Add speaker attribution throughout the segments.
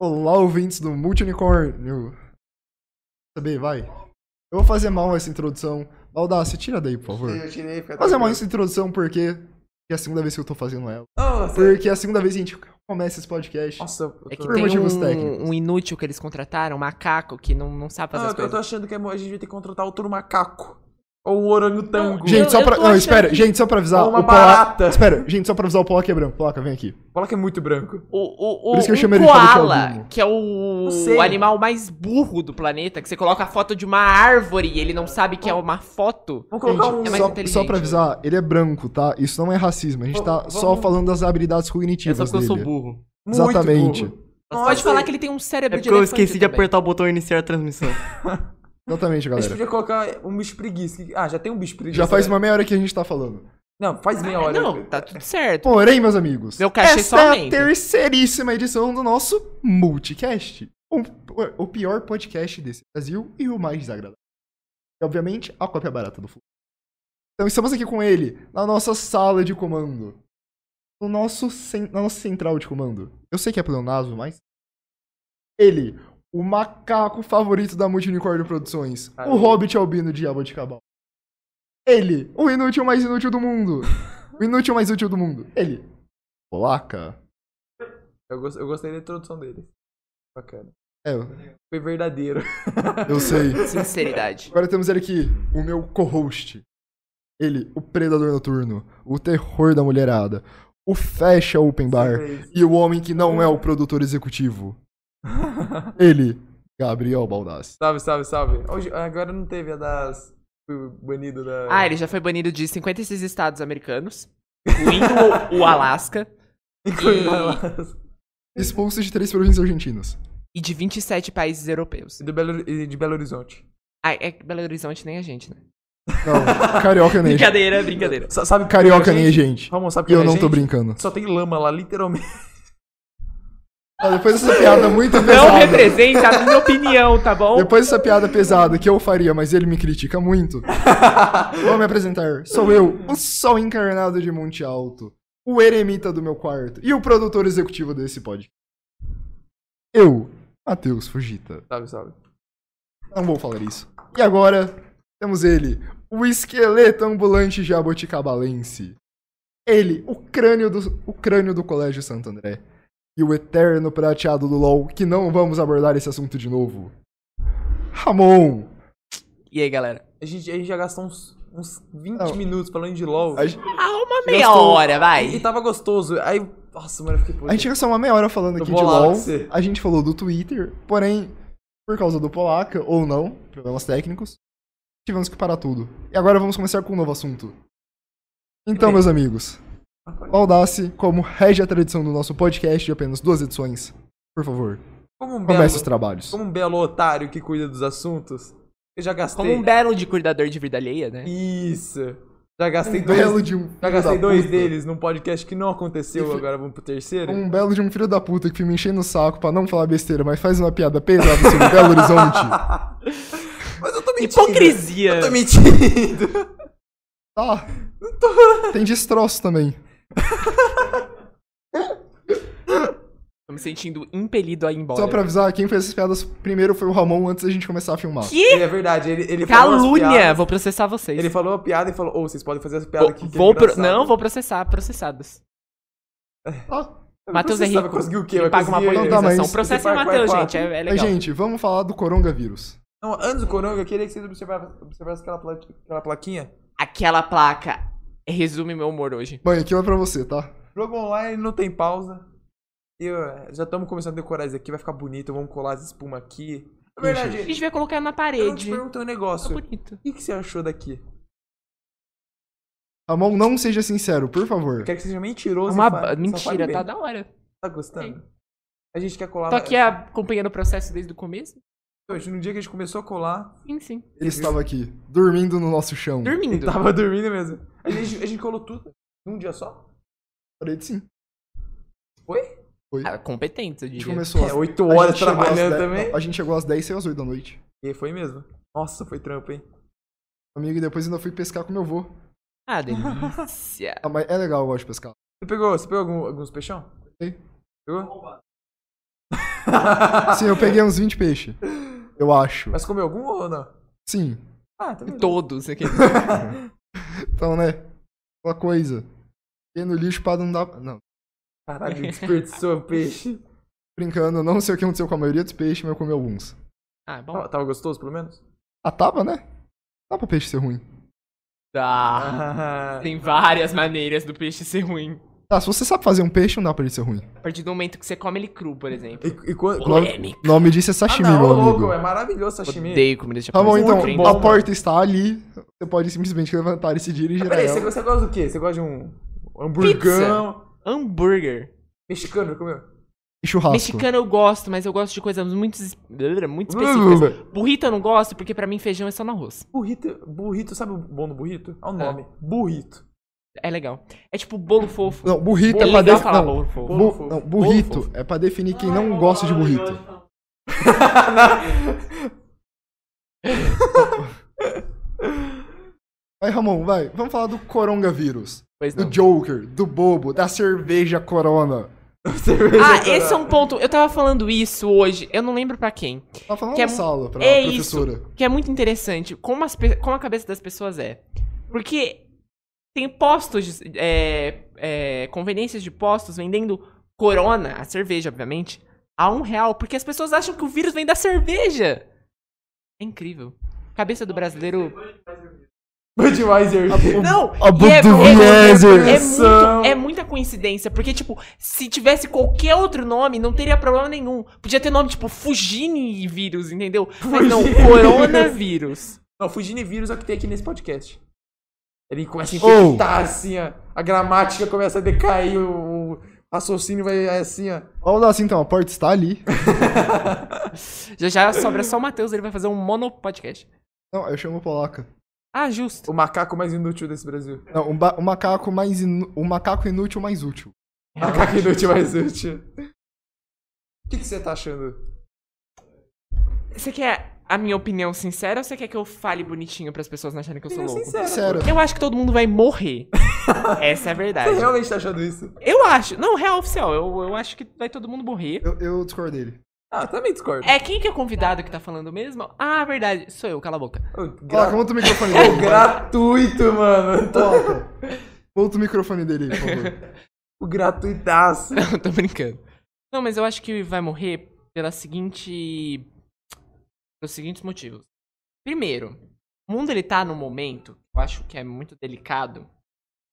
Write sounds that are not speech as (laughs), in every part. Speaker 1: Olá, ouvintes do Multiunicórnio. Saber, vai. Eu vou fazer mal essa introdução. Valdassi, tira daí, por favor. é Vou
Speaker 2: Eu tirei, fica
Speaker 1: fazer mal
Speaker 2: tranquilo.
Speaker 1: essa introdução porque é a segunda vez que eu tô fazendo ela.
Speaker 2: Ah, você-
Speaker 1: Porque é a segunda vez que a gente começa esse podcast.
Speaker 2: Nossa, eu tô...
Speaker 3: É que
Speaker 1: Por
Speaker 3: tem
Speaker 1: motivos
Speaker 3: um,
Speaker 1: técnicos.
Speaker 3: um inútil que eles contrataram, um macaco, que não, não sabe fazer
Speaker 2: Ah,
Speaker 3: as
Speaker 2: eu tô- eu
Speaker 3: coisas.
Speaker 2: tô achando que a gente devia ter que contratar outro macaco. Ou um orangotango.
Speaker 1: Gente,
Speaker 3: Eu-
Speaker 1: só
Speaker 3: eu
Speaker 1: pra.
Speaker 3: tô
Speaker 1: Não,
Speaker 3: achando
Speaker 1: espera,
Speaker 3: que-
Speaker 1: gente, só pra avisar.
Speaker 2: Ou uma
Speaker 1: o Pola-
Speaker 2: barata.
Speaker 1: Espera, gente, só pra avisar o Polaca quebrando. Polaca, vem aqui.
Speaker 2: O Pollock é muito branco.
Speaker 3: O, o, o,
Speaker 1: Por isso que eu
Speaker 3: um
Speaker 1: chamei ele de
Speaker 3: koala,
Speaker 1: Fabricalbino.
Speaker 3: que é
Speaker 2: Não sei.
Speaker 3: o animal mais burro do planeta, que você coloca a foto de uma árvore e ele não sabe que é uma foto.
Speaker 2: Vamos
Speaker 1: Gente,
Speaker 2: colocar um...
Speaker 3: é mais
Speaker 1: só,
Speaker 3: inteligente,
Speaker 1: só pra avisar, ele é branco, tá? Isso não é racismo. A gente tá
Speaker 2: Vamos-
Speaker 1: só
Speaker 2: vamos-
Speaker 1: falando das habilidades
Speaker 3: É
Speaker 1: cognitivas
Speaker 3: só porque eu
Speaker 1: dele.
Speaker 3: sou burro.
Speaker 2: muito
Speaker 1: Exatamente.
Speaker 2: burro.
Speaker 3: Você
Speaker 2: Nossa,
Speaker 3: pode falar que ele tem um cérebro
Speaker 4: É
Speaker 3: de
Speaker 4: porque eu
Speaker 3: elefante
Speaker 4: esqueci de
Speaker 3: também.
Speaker 4: apertar o botão iniciar a transmissão.
Speaker 1: Exatamente,
Speaker 2: A gente
Speaker 1: galera.
Speaker 2: podia colocar um bicho preguiça. Ah, já tem um bicho preguiça.
Speaker 1: Já faz
Speaker 2: né?
Speaker 1: uma meia hora que a gente tá falando.
Speaker 2: Ah, Não, faz meia hora. né?
Speaker 3: Não, tá tudo
Speaker 1: (laughs)
Speaker 3: certo.
Speaker 1: Porém, meus amigos,
Speaker 3: Meu cachê
Speaker 1: essa
Speaker 3: só
Speaker 1: é a
Speaker 3: aumenta.
Speaker 1: terceiríssima edição do nosso Multicast. Um- o pior podcast desse Brasil e o mais desagradável. E, obviamente, a cópia barata do Flow. Então, estamos aqui com ele, na nossa sala de comando. No nosso cen- na nossa central de comando. Eu sei que é pleonasmo, mas... Ele, o macaco favorito da Multiunicórnio Produções.
Speaker 2: Ai.
Speaker 1: O Hobbit Albino de Cabal. Ele, o inútil mais inútil do mundo. o inútil mais útil do mundo. Ele, Polaca.
Speaker 2: Eu, gos- eu gostei da introdução dele. Bacana.
Speaker 1: É, eu-
Speaker 2: Foi verdadeiro.
Speaker 1: eu sei.
Speaker 3: Sinceridade.
Speaker 1: Agora temos ele aqui, o meu co-host. Ele, o predador noturno, o terror da mulherada, o fecha open Um
Speaker 2: (laughs)
Speaker 1: bar
Speaker 2: É
Speaker 1: e o homem que não é o produtor executivo. Ele, Gabriel Baldassi.
Speaker 2: Salve, salve, salve. Hoje, agora não teve a das... Fui banido da... (laughs)
Speaker 3: Ah, ele já foi banido de 56 estados americanos, incluindo o, o Alasca,
Speaker 2: e...
Speaker 1: Expulso de três províncias argentinas.
Speaker 3: e de 27 países europeus.
Speaker 2: de Belo, e de Belo Horizonte.
Speaker 3: Ah, é que Belo Horizonte nem a gente, né?
Speaker 1: Não, carioca nem.
Speaker 3: Brincadeira, brincadeira.
Speaker 2: Sa- Sabe
Speaker 1: Carioca nem, gente.
Speaker 2: Ramon, sabe
Speaker 1: E
Speaker 2: quem
Speaker 1: eu
Speaker 2: é
Speaker 1: não
Speaker 2: gente?
Speaker 1: tô brincando.
Speaker 2: Só tem lama lá, literalmente. (laughs)
Speaker 1: Ah, depois dessa piada muito pesada.
Speaker 3: Não representa a
Speaker 2: (laughs)
Speaker 3: minha opinião, tá bom?
Speaker 1: Depois dessa piada pesada que eu faria, mas ele me critica muito. Vou me apresentar. Sou eu, o sol encarnado de Monte Alto, o eremita do meu quarto e o produtor executivo desse podcast. Eu, Matheus Fugita.
Speaker 2: Sabe, sabe.
Speaker 1: Não vou falar isso. E agora, temos ele, o esqueleto ambulante jaboticabalense. Ele, o crânio do, o crânio do Colégio Santo André. E o eterno prateado do LOL, que não vamos abordar esse assunto de novo. Ramon!
Speaker 3: E aí, galera?
Speaker 2: A gente, a gente já gastou uns, uns 20
Speaker 1: Não.
Speaker 2: minutos falando de LOL.
Speaker 1: A, gente-
Speaker 3: Ah, uma meia
Speaker 1: Gastou-
Speaker 3: hora,
Speaker 2: E
Speaker 3: vai.
Speaker 2: tava gostoso. Aí, nossa, mano, eu fiquei puto.
Speaker 1: a gente gastou uma meia hora falando
Speaker 2: Tô
Speaker 1: aqui de
Speaker 2: bolado
Speaker 1: LOL.
Speaker 2: com você.
Speaker 1: A gente falou do Twitter, porém, por causa do Polaca, ou não, problemas técnicos, tivemos que parar tudo. E agora vamos começar com um novo assunto. Então,
Speaker 2: Bem.
Speaker 1: meus amigos, Audace, como rege a tradição do nosso podcast de apenas duas edições, por favor,
Speaker 2: Como um belo,
Speaker 1: comece os trabalhos.
Speaker 2: como um belo otário que cuida dos assuntos, eu já gastei.
Speaker 3: Como um belo de cuidador de vida alheia, né?
Speaker 2: Isso. Já gastei
Speaker 1: Um
Speaker 2: dois.
Speaker 1: belo de um
Speaker 2: Já
Speaker 1: filho
Speaker 2: gastei
Speaker 1: da
Speaker 2: dois
Speaker 1: puta.
Speaker 2: deles num podcast que não aconteceu, agora vamos pro terceiro.
Speaker 1: Um belo de um filho da puta que me enchendo o saco pra não falar besteira, mas faz uma piada pesada sobre Belo
Speaker 2: (laughs)
Speaker 1: Horizonte.
Speaker 2: Mas eu tô mentindo.
Speaker 3: Hipocrisia!
Speaker 2: Eu tô
Speaker 3: (laughs)
Speaker 2: mentindo.
Speaker 1: Tá. Tem destroço também.
Speaker 3: Tô me sentindo impelido a ir embora.
Speaker 1: Só pra avisar, quem fez essas piadas primeiro foi o Ramon antes da gente começar a filmar.
Speaker 3: Que
Speaker 2: Ele é verdade, ele, ele falou as
Speaker 3: calúnia!
Speaker 2: piadas.
Speaker 3: Vou processar vocês.
Speaker 2: Ele falou a piada e falou, ô, vocês podem fazer essa piada
Speaker 3: Vou,
Speaker 2: aqui. que é
Speaker 3: vou pro-
Speaker 2: engraçado."
Speaker 3: Não, vou processar, processados.
Speaker 1: Tá?
Speaker 2: Eu não
Speaker 3: Matheus
Speaker 2: sei
Speaker 3: é
Speaker 2: se
Speaker 3: rico.
Speaker 2: vai conseguir o quê?
Speaker 3: Ele
Speaker 2: Vai
Speaker 3: paga uma
Speaker 2: conseguir-
Speaker 1: Não dá, mas-
Speaker 3: polarização. Processem
Speaker 2: Vai,
Speaker 3: o
Speaker 2: vai,
Speaker 3: Matheus,
Speaker 2: vai.
Speaker 3: gente, é, é
Speaker 1: Mas,
Speaker 3: legal.
Speaker 1: gente, vamos falar do coronavírus.
Speaker 2: Não, antes do Coronga, eu queria que vocês observa- observassem aquela, pla- aquela plaquinha.
Speaker 3: Aquela placa resume meu humor hoje.
Speaker 1: Mãe, aquilo é pra você, tá?
Speaker 2: Jogo online não tem pausa. E ó, já estamos começando a decorar isso aqui, vai ficar bonito. Vamos colar as espumas aqui. Na
Speaker 3: A
Speaker 2: É verdade,
Speaker 3: gente vai colocar na
Speaker 2: eu não te
Speaker 3: parede.
Speaker 2: perguntei um
Speaker 3: Tá
Speaker 2: negócio. O
Speaker 3: bonito.
Speaker 2: que, que você achou daqui?
Speaker 1: Ramon, não seja sincero, por favor.
Speaker 2: Eu quero que você seja mentiroso.
Speaker 3: É
Speaker 2: e fa-
Speaker 3: Uma ba-
Speaker 2: só fale
Speaker 3: mentira,
Speaker 2: bem.
Speaker 3: tá da hora.
Speaker 2: Tá gostando? A gente quer colar.
Speaker 3: Tô aqui acompanhando o processo desde o começo.
Speaker 2: Hoje, no dia que a gente começou a colar,
Speaker 3: Sim, sim.
Speaker 1: Ele estava aqui, dormindo no nosso chão.
Speaker 3: Dormindo.
Speaker 2: tava (laughs) dormindo mesmo. A gente, a gente colou tudo. Num dia só?
Speaker 1: Falei sim.
Speaker 2: Foi?
Speaker 1: Foi.
Speaker 3: Ah, competente, eu
Speaker 1: a gente
Speaker 3: diria.
Speaker 1: começou às-
Speaker 2: É, oito
Speaker 1: a gente
Speaker 2: horas
Speaker 1: chegou às
Speaker 2: trabalhando
Speaker 1: dez-
Speaker 2: também.
Speaker 1: A gente chegou às 10 e saiu às 8 da noite.
Speaker 2: né? E foi mesmo. Nossa, foi trampo, hein?
Speaker 1: Amigo, e depois ainda fui pescar com meu avô. (laughs)
Speaker 3: Ah, delícia.
Speaker 1: Ah, mas é legal, eu gosto de pescar.
Speaker 2: (laughs) Você pegou, você pegou algum- alguns peixão?
Speaker 1: Peguei.
Speaker 2: Pegou? Ah.
Speaker 1: Sim, eu peguei uns 20 peixes. Eu acho.
Speaker 2: Mas comeu algum ou não?
Speaker 1: Sim.
Speaker 2: Ah, tá bom.
Speaker 3: Todos aqui.
Speaker 1: Então, né? Uma coisa. Fiquei no lixo pra não dar. Não.
Speaker 2: Caralho, desperdiçou o peixe.
Speaker 1: Brincando, eu não sei o que aconteceu com a maioria dos peixes, mas eu comi alguns.
Speaker 3: Ah, bom.
Speaker 2: Tava tava gostoso, pelo menos?
Speaker 1: Ah, tava, né? Dá pra peixe ser ruim.
Speaker 3: Tá.
Speaker 2: Ah,
Speaker 3: Tem várias maneiras do peixe ser ruim.
Speaker 1: Tá, se você sabe fazer um peixe, não dá pra ele ser ruim.
Speaker 3: A partir do momento que você come ele cru, por exemplo.
Speaker 2: e, e quando...
Speaker 1: O nome,
Speaker 3: Polêmica.
Speaker 1: nome disso é sashimi,
Speaker 2: ah, não,
Speaker 1: meu
Speaker 2: ô,
Speaker 1: amigo.
Speaker 2: louco, é maravilhoso sashimi.
Speaker 3: Odeio comida
Speaker 1: Tá
Speaker 3: japonesa.
Speaker 1: bom, então,
Speaker 3: Trem.
Speaker 2: bom.
Speaker 1: a porta está ali. Você pode simplesmente levantar e se dirigir a
Speaker 2: Peraí, você,
Speaker 1: ela.
Speaker 2: você gosta do quê? Você gosta de um hamburgão
Speaker 3: Hambúrguer.
Speaker 2: mexicano? é? já Comeu?
Speaker 1: E um churrasco.
Speaker 3: Mexicano eu gosto, mas eu gosto de coisas muito, es- muito
Speaker 1: Hum.
Speaker 3: específicas. Burrito eu não gosto, porque pra mim feijão é só no arroz.
Speaker 2: Burrito, burrito, sabe o bom do burrito? É o nome, (laughs) burrito.
Speaker 3: É lelegal. É tipo bolo fofo.
Speaker 1: Não, burrito
Speaker 3: é
Speaker 1: é pra
Speaker 3: legal
Speaker 1: definir.
Speaker 3: falar
Speaker 1: Não,
Speaker 3: bolo fofo.
Speaker 1: bu-
Speaker 2: fofo.
Speaker 1: não,
Speaker 2: Bolo
Speaker 1: burrito
Speaker 2: fofo.
Speaker 1: é pra definir quem não gosta de burrito. Vai, Ramon, vai. Vamos falar do coronavírus.
Speaker 3: Pois
Speaker 1: Do
Speaker 3: não.
Speaker 1: Joker, do bobo, da cerveja corona.
Speaker 3: Ah, esse é um ponto. Eu tava falando isso hoje, eu não lembro pra quem.
Speaker 1: Tá falando
Speaker 3: Que é
Speaker 1: na
Speaker 3: mu-
Speaker 1: sala pra
Speaker 3: é
Speaker 1: professora.
Speaker 3: isso que é muito interessante como, as pe- como a cabeça das pessoas é porque tem postos é, é, conveniências de postos vendendo corona a cerveja obviamente a um real porque as pessoas acham que o vírus vem da cerveja é incrível cabeça do brasileiro
Speaker 2: Budweiser.
Speaker 3: não
Speaker 1: a
Speaker 3: e é,
Speaker 1: Budweiser.
Speaker 3: é, é, muito, é muita coincidência porque tipo se tivesse qualquer outro nome não teria problema nenhum podia ter nome tipo Fugini vírus entendeu mas não
Speaker 2: Fugini.
Speaker 3: coronavírus
Speaker 2: Não, Fuginivírus é o que tem aqui nesse podcast. Ele começa a
Speaker 1: Oh.
Speaker 2: infectar, assim, ó. A gramática começa a decair, o, o raciocínio vai assim, ó.
Speaker 1: Vamos lá, assim, então. A porta está ali.
Speaker 3: Já já sobra só o Matheus, ele vai fazer um monopodcast.
Speaker 1: Não, eu chamo polaca.
Speaker 3: Ah, justo.
Speaker 2: O macaco mais inútil desse Brasil.
Speaker 1: Não, um, ba- um macaco mais inu- um macaco inútil mais útil.
Speaker 3: É.
Speaker 2: O macaco inútil mais útil. O que, que você tá achando?
Speaker 3: Você quer a minha opinião sincera ou você quer que eu fale bonitinho pras pessoas não acharem que eu sou
Speaker 2: Opinião
Speaker 3: louco?
Speaker 2: sincera.
Speaker 1: Sério.
Speaker 3: Eu acho que todo mundo
Speaker 2: (laughs)
Speaker 3: vai morrer. Essa é a verdade.
Speaker 2: Você realmente tá achando isso?
Speaker 3: Eu acho. Não, real oficial. Eu, eu acho que vai todo mundo morrer.
Speaker 1: Eu, eu discordo dele.
Speaker 2: Ah, também discordo.
Speaker 3: É quem que é o convidado que tá falando mesmo? Ah, verdade. Sou eu, cala a boca.
Speaker 2: Ô,
Speaker 1: Coloca,
Speaker 2: gra-
Speaker 1: monta o microfone dele.
Speaker 2: Ô, gratuito, mano.
Speaker 1: Coloca. Monta o microfone dele, por favor.
Speaker 2: O
Speaker 1: (laughs)
Speaker 2: gratuitaço.
Speaker 3: Não, tô brincando. Não, mas eu acho que vai morrer pela seguinte. pelos seguintes motivos. Primeiro, o mundo ele tá num momento, que eu acho que é muito delicado.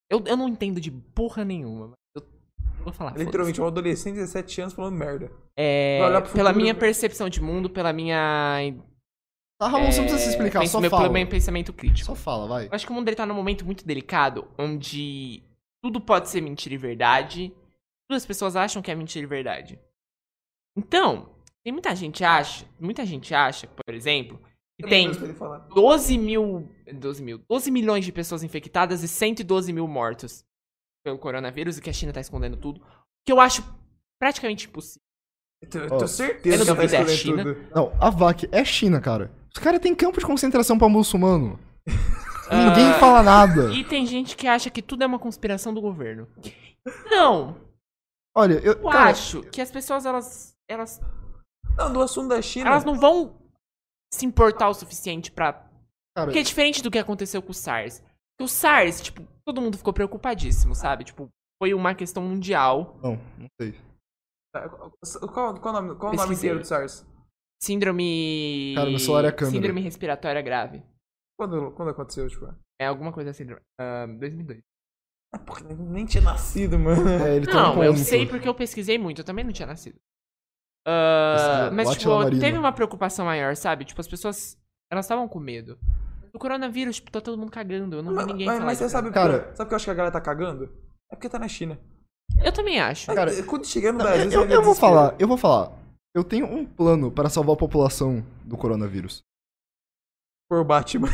Speaker 3: Eu, eu não entendo de porra nenhuma, mas eu vou falar. foda-se.
Speaker 2: Literalmente, um adolescente de 17 anos falando merda.
Speaker 3: É,
Speaker 2: vai olhar pro
Speaker 3: pela
Speaker 2: futuro-
Speaker 3: minha percepção de mundo, pela minha.
Speaker 1: Tá, Ramon, você não precisa se
Speaker 3: é,
Speaker 1: explicar,
Speaker 3: penso-
Speaker 1: só
Speaker 3: meu, é
Speaker 1: fala.
Speaker 3: Pelo meu pensamento crítico.
Speaker 1: Só fala, vai.
Speaker 3: Eu acho que o mundo ele tá num momento muito delicado, onde tudo pode ser mentira e verdade. Tudo as pessoas acham que é mentira e verdade. Então, tem muita gente acha, muita gente acha, por exemplo, que tem
Speaker 2: Pra ele falar.
Speaker 3: 12 mil, 12 mil, 12 milhões de pessoas infectadas e 112 mil mortos pelo coronavírus e que a China tá escondendo tudo, que eu acho praticamente impossível.
Speaker 2: Eu tenho- eu
Speaker 1: Ó,
Speaker 2: tenho certeza
Speaker 3: eu não
Speaker 2: que ela tá
Speaker 3: duvido, é a
Speaker 2: escondendo
Speaker 3: China.
Speaker 2: tudo.
Speaker 1: Não, a VAC é China, cara. Os caras têm campo de concentração pra muçulmano. Ninguém
Speaker 3: Ah,
Speaker 1: fala nada.
Speaker 3: E tem gente que acha que tudo é uma conspiração do governo. Então,
Speaker 1: Olha, eu.
Speaker 3: eu
Speaker 1: cara,
Speaker 3: acho que as pessoas elas elas
Speaker 2: Não, do assunto da China.
Speaker 3: elas não vão se importar o suficiente pra.
Speaker 1: cara,
Speaker 3: Porque é diferente do que aconteceu com o SARS. Que o SARS, tipo, todo mundo ficou preocupadíssimo, sabe? Tipo, foi uma questão mundial.
Speaker 1: Não, não sei.
Speaker 2: Tá, Qual, qual o nome, qual o nome
Speaker 3: Pesquisei.
Speaker 2: inteiro do SARS?
Speaker 3: Síndrome.
Speaker 1: Cara, meu celular é a câmera.
Speaker 3: Síndrome respiratória grave.
Speaker 2: Quando, quando aconteceu, tipo?
Speaker 3: É alguma coisa assim. ahn, 2002.
Speaker 2: Ah, porque nem tinha nascido, mano.
Speaker 1: É, ele tem um
Speaker 3: Não, eu
Speaker 1: ponto.
Speaker 3: sei porque eu pesquisei muito. Eu também não tinha nascido. Ah,
Speaker 1: Pesquisa
Speaker 3: mas, tipo,
Speaker 1: latino-amarino.
Speaker 3: teve uma preocupação maior, sabe? Tipo, as pessoas. Elas estavam com medo. O coronavírus, tipo, tá todo mundo cagando. Eu não vi
Speaker 2: Mas,
Speaker 3: ninguém né?
Speaker 2: mas-
Speaker 3: falar
Speaker 2: mas você
Speaker 3: isso.
Speaker 2: sabe,
Speaker 1: Cara.
Speaker 2: sabe o que eu acho que a galera tá cagando? É porque tá na China.
Speaker 3: Eu também acho.
Speaker 1: Cara,
Speaker 2: Mas, quando chegar no Brasil, você
Speaker 1: Eu,
Speaker 2: vai ver
Speaker 1: eu vou
Speaker 2: desespero.
Speaker 1: falar, eu vou falar. Eu tenho um plano para salvar a população do coronavírus.
Speaker 2: Por o Batman.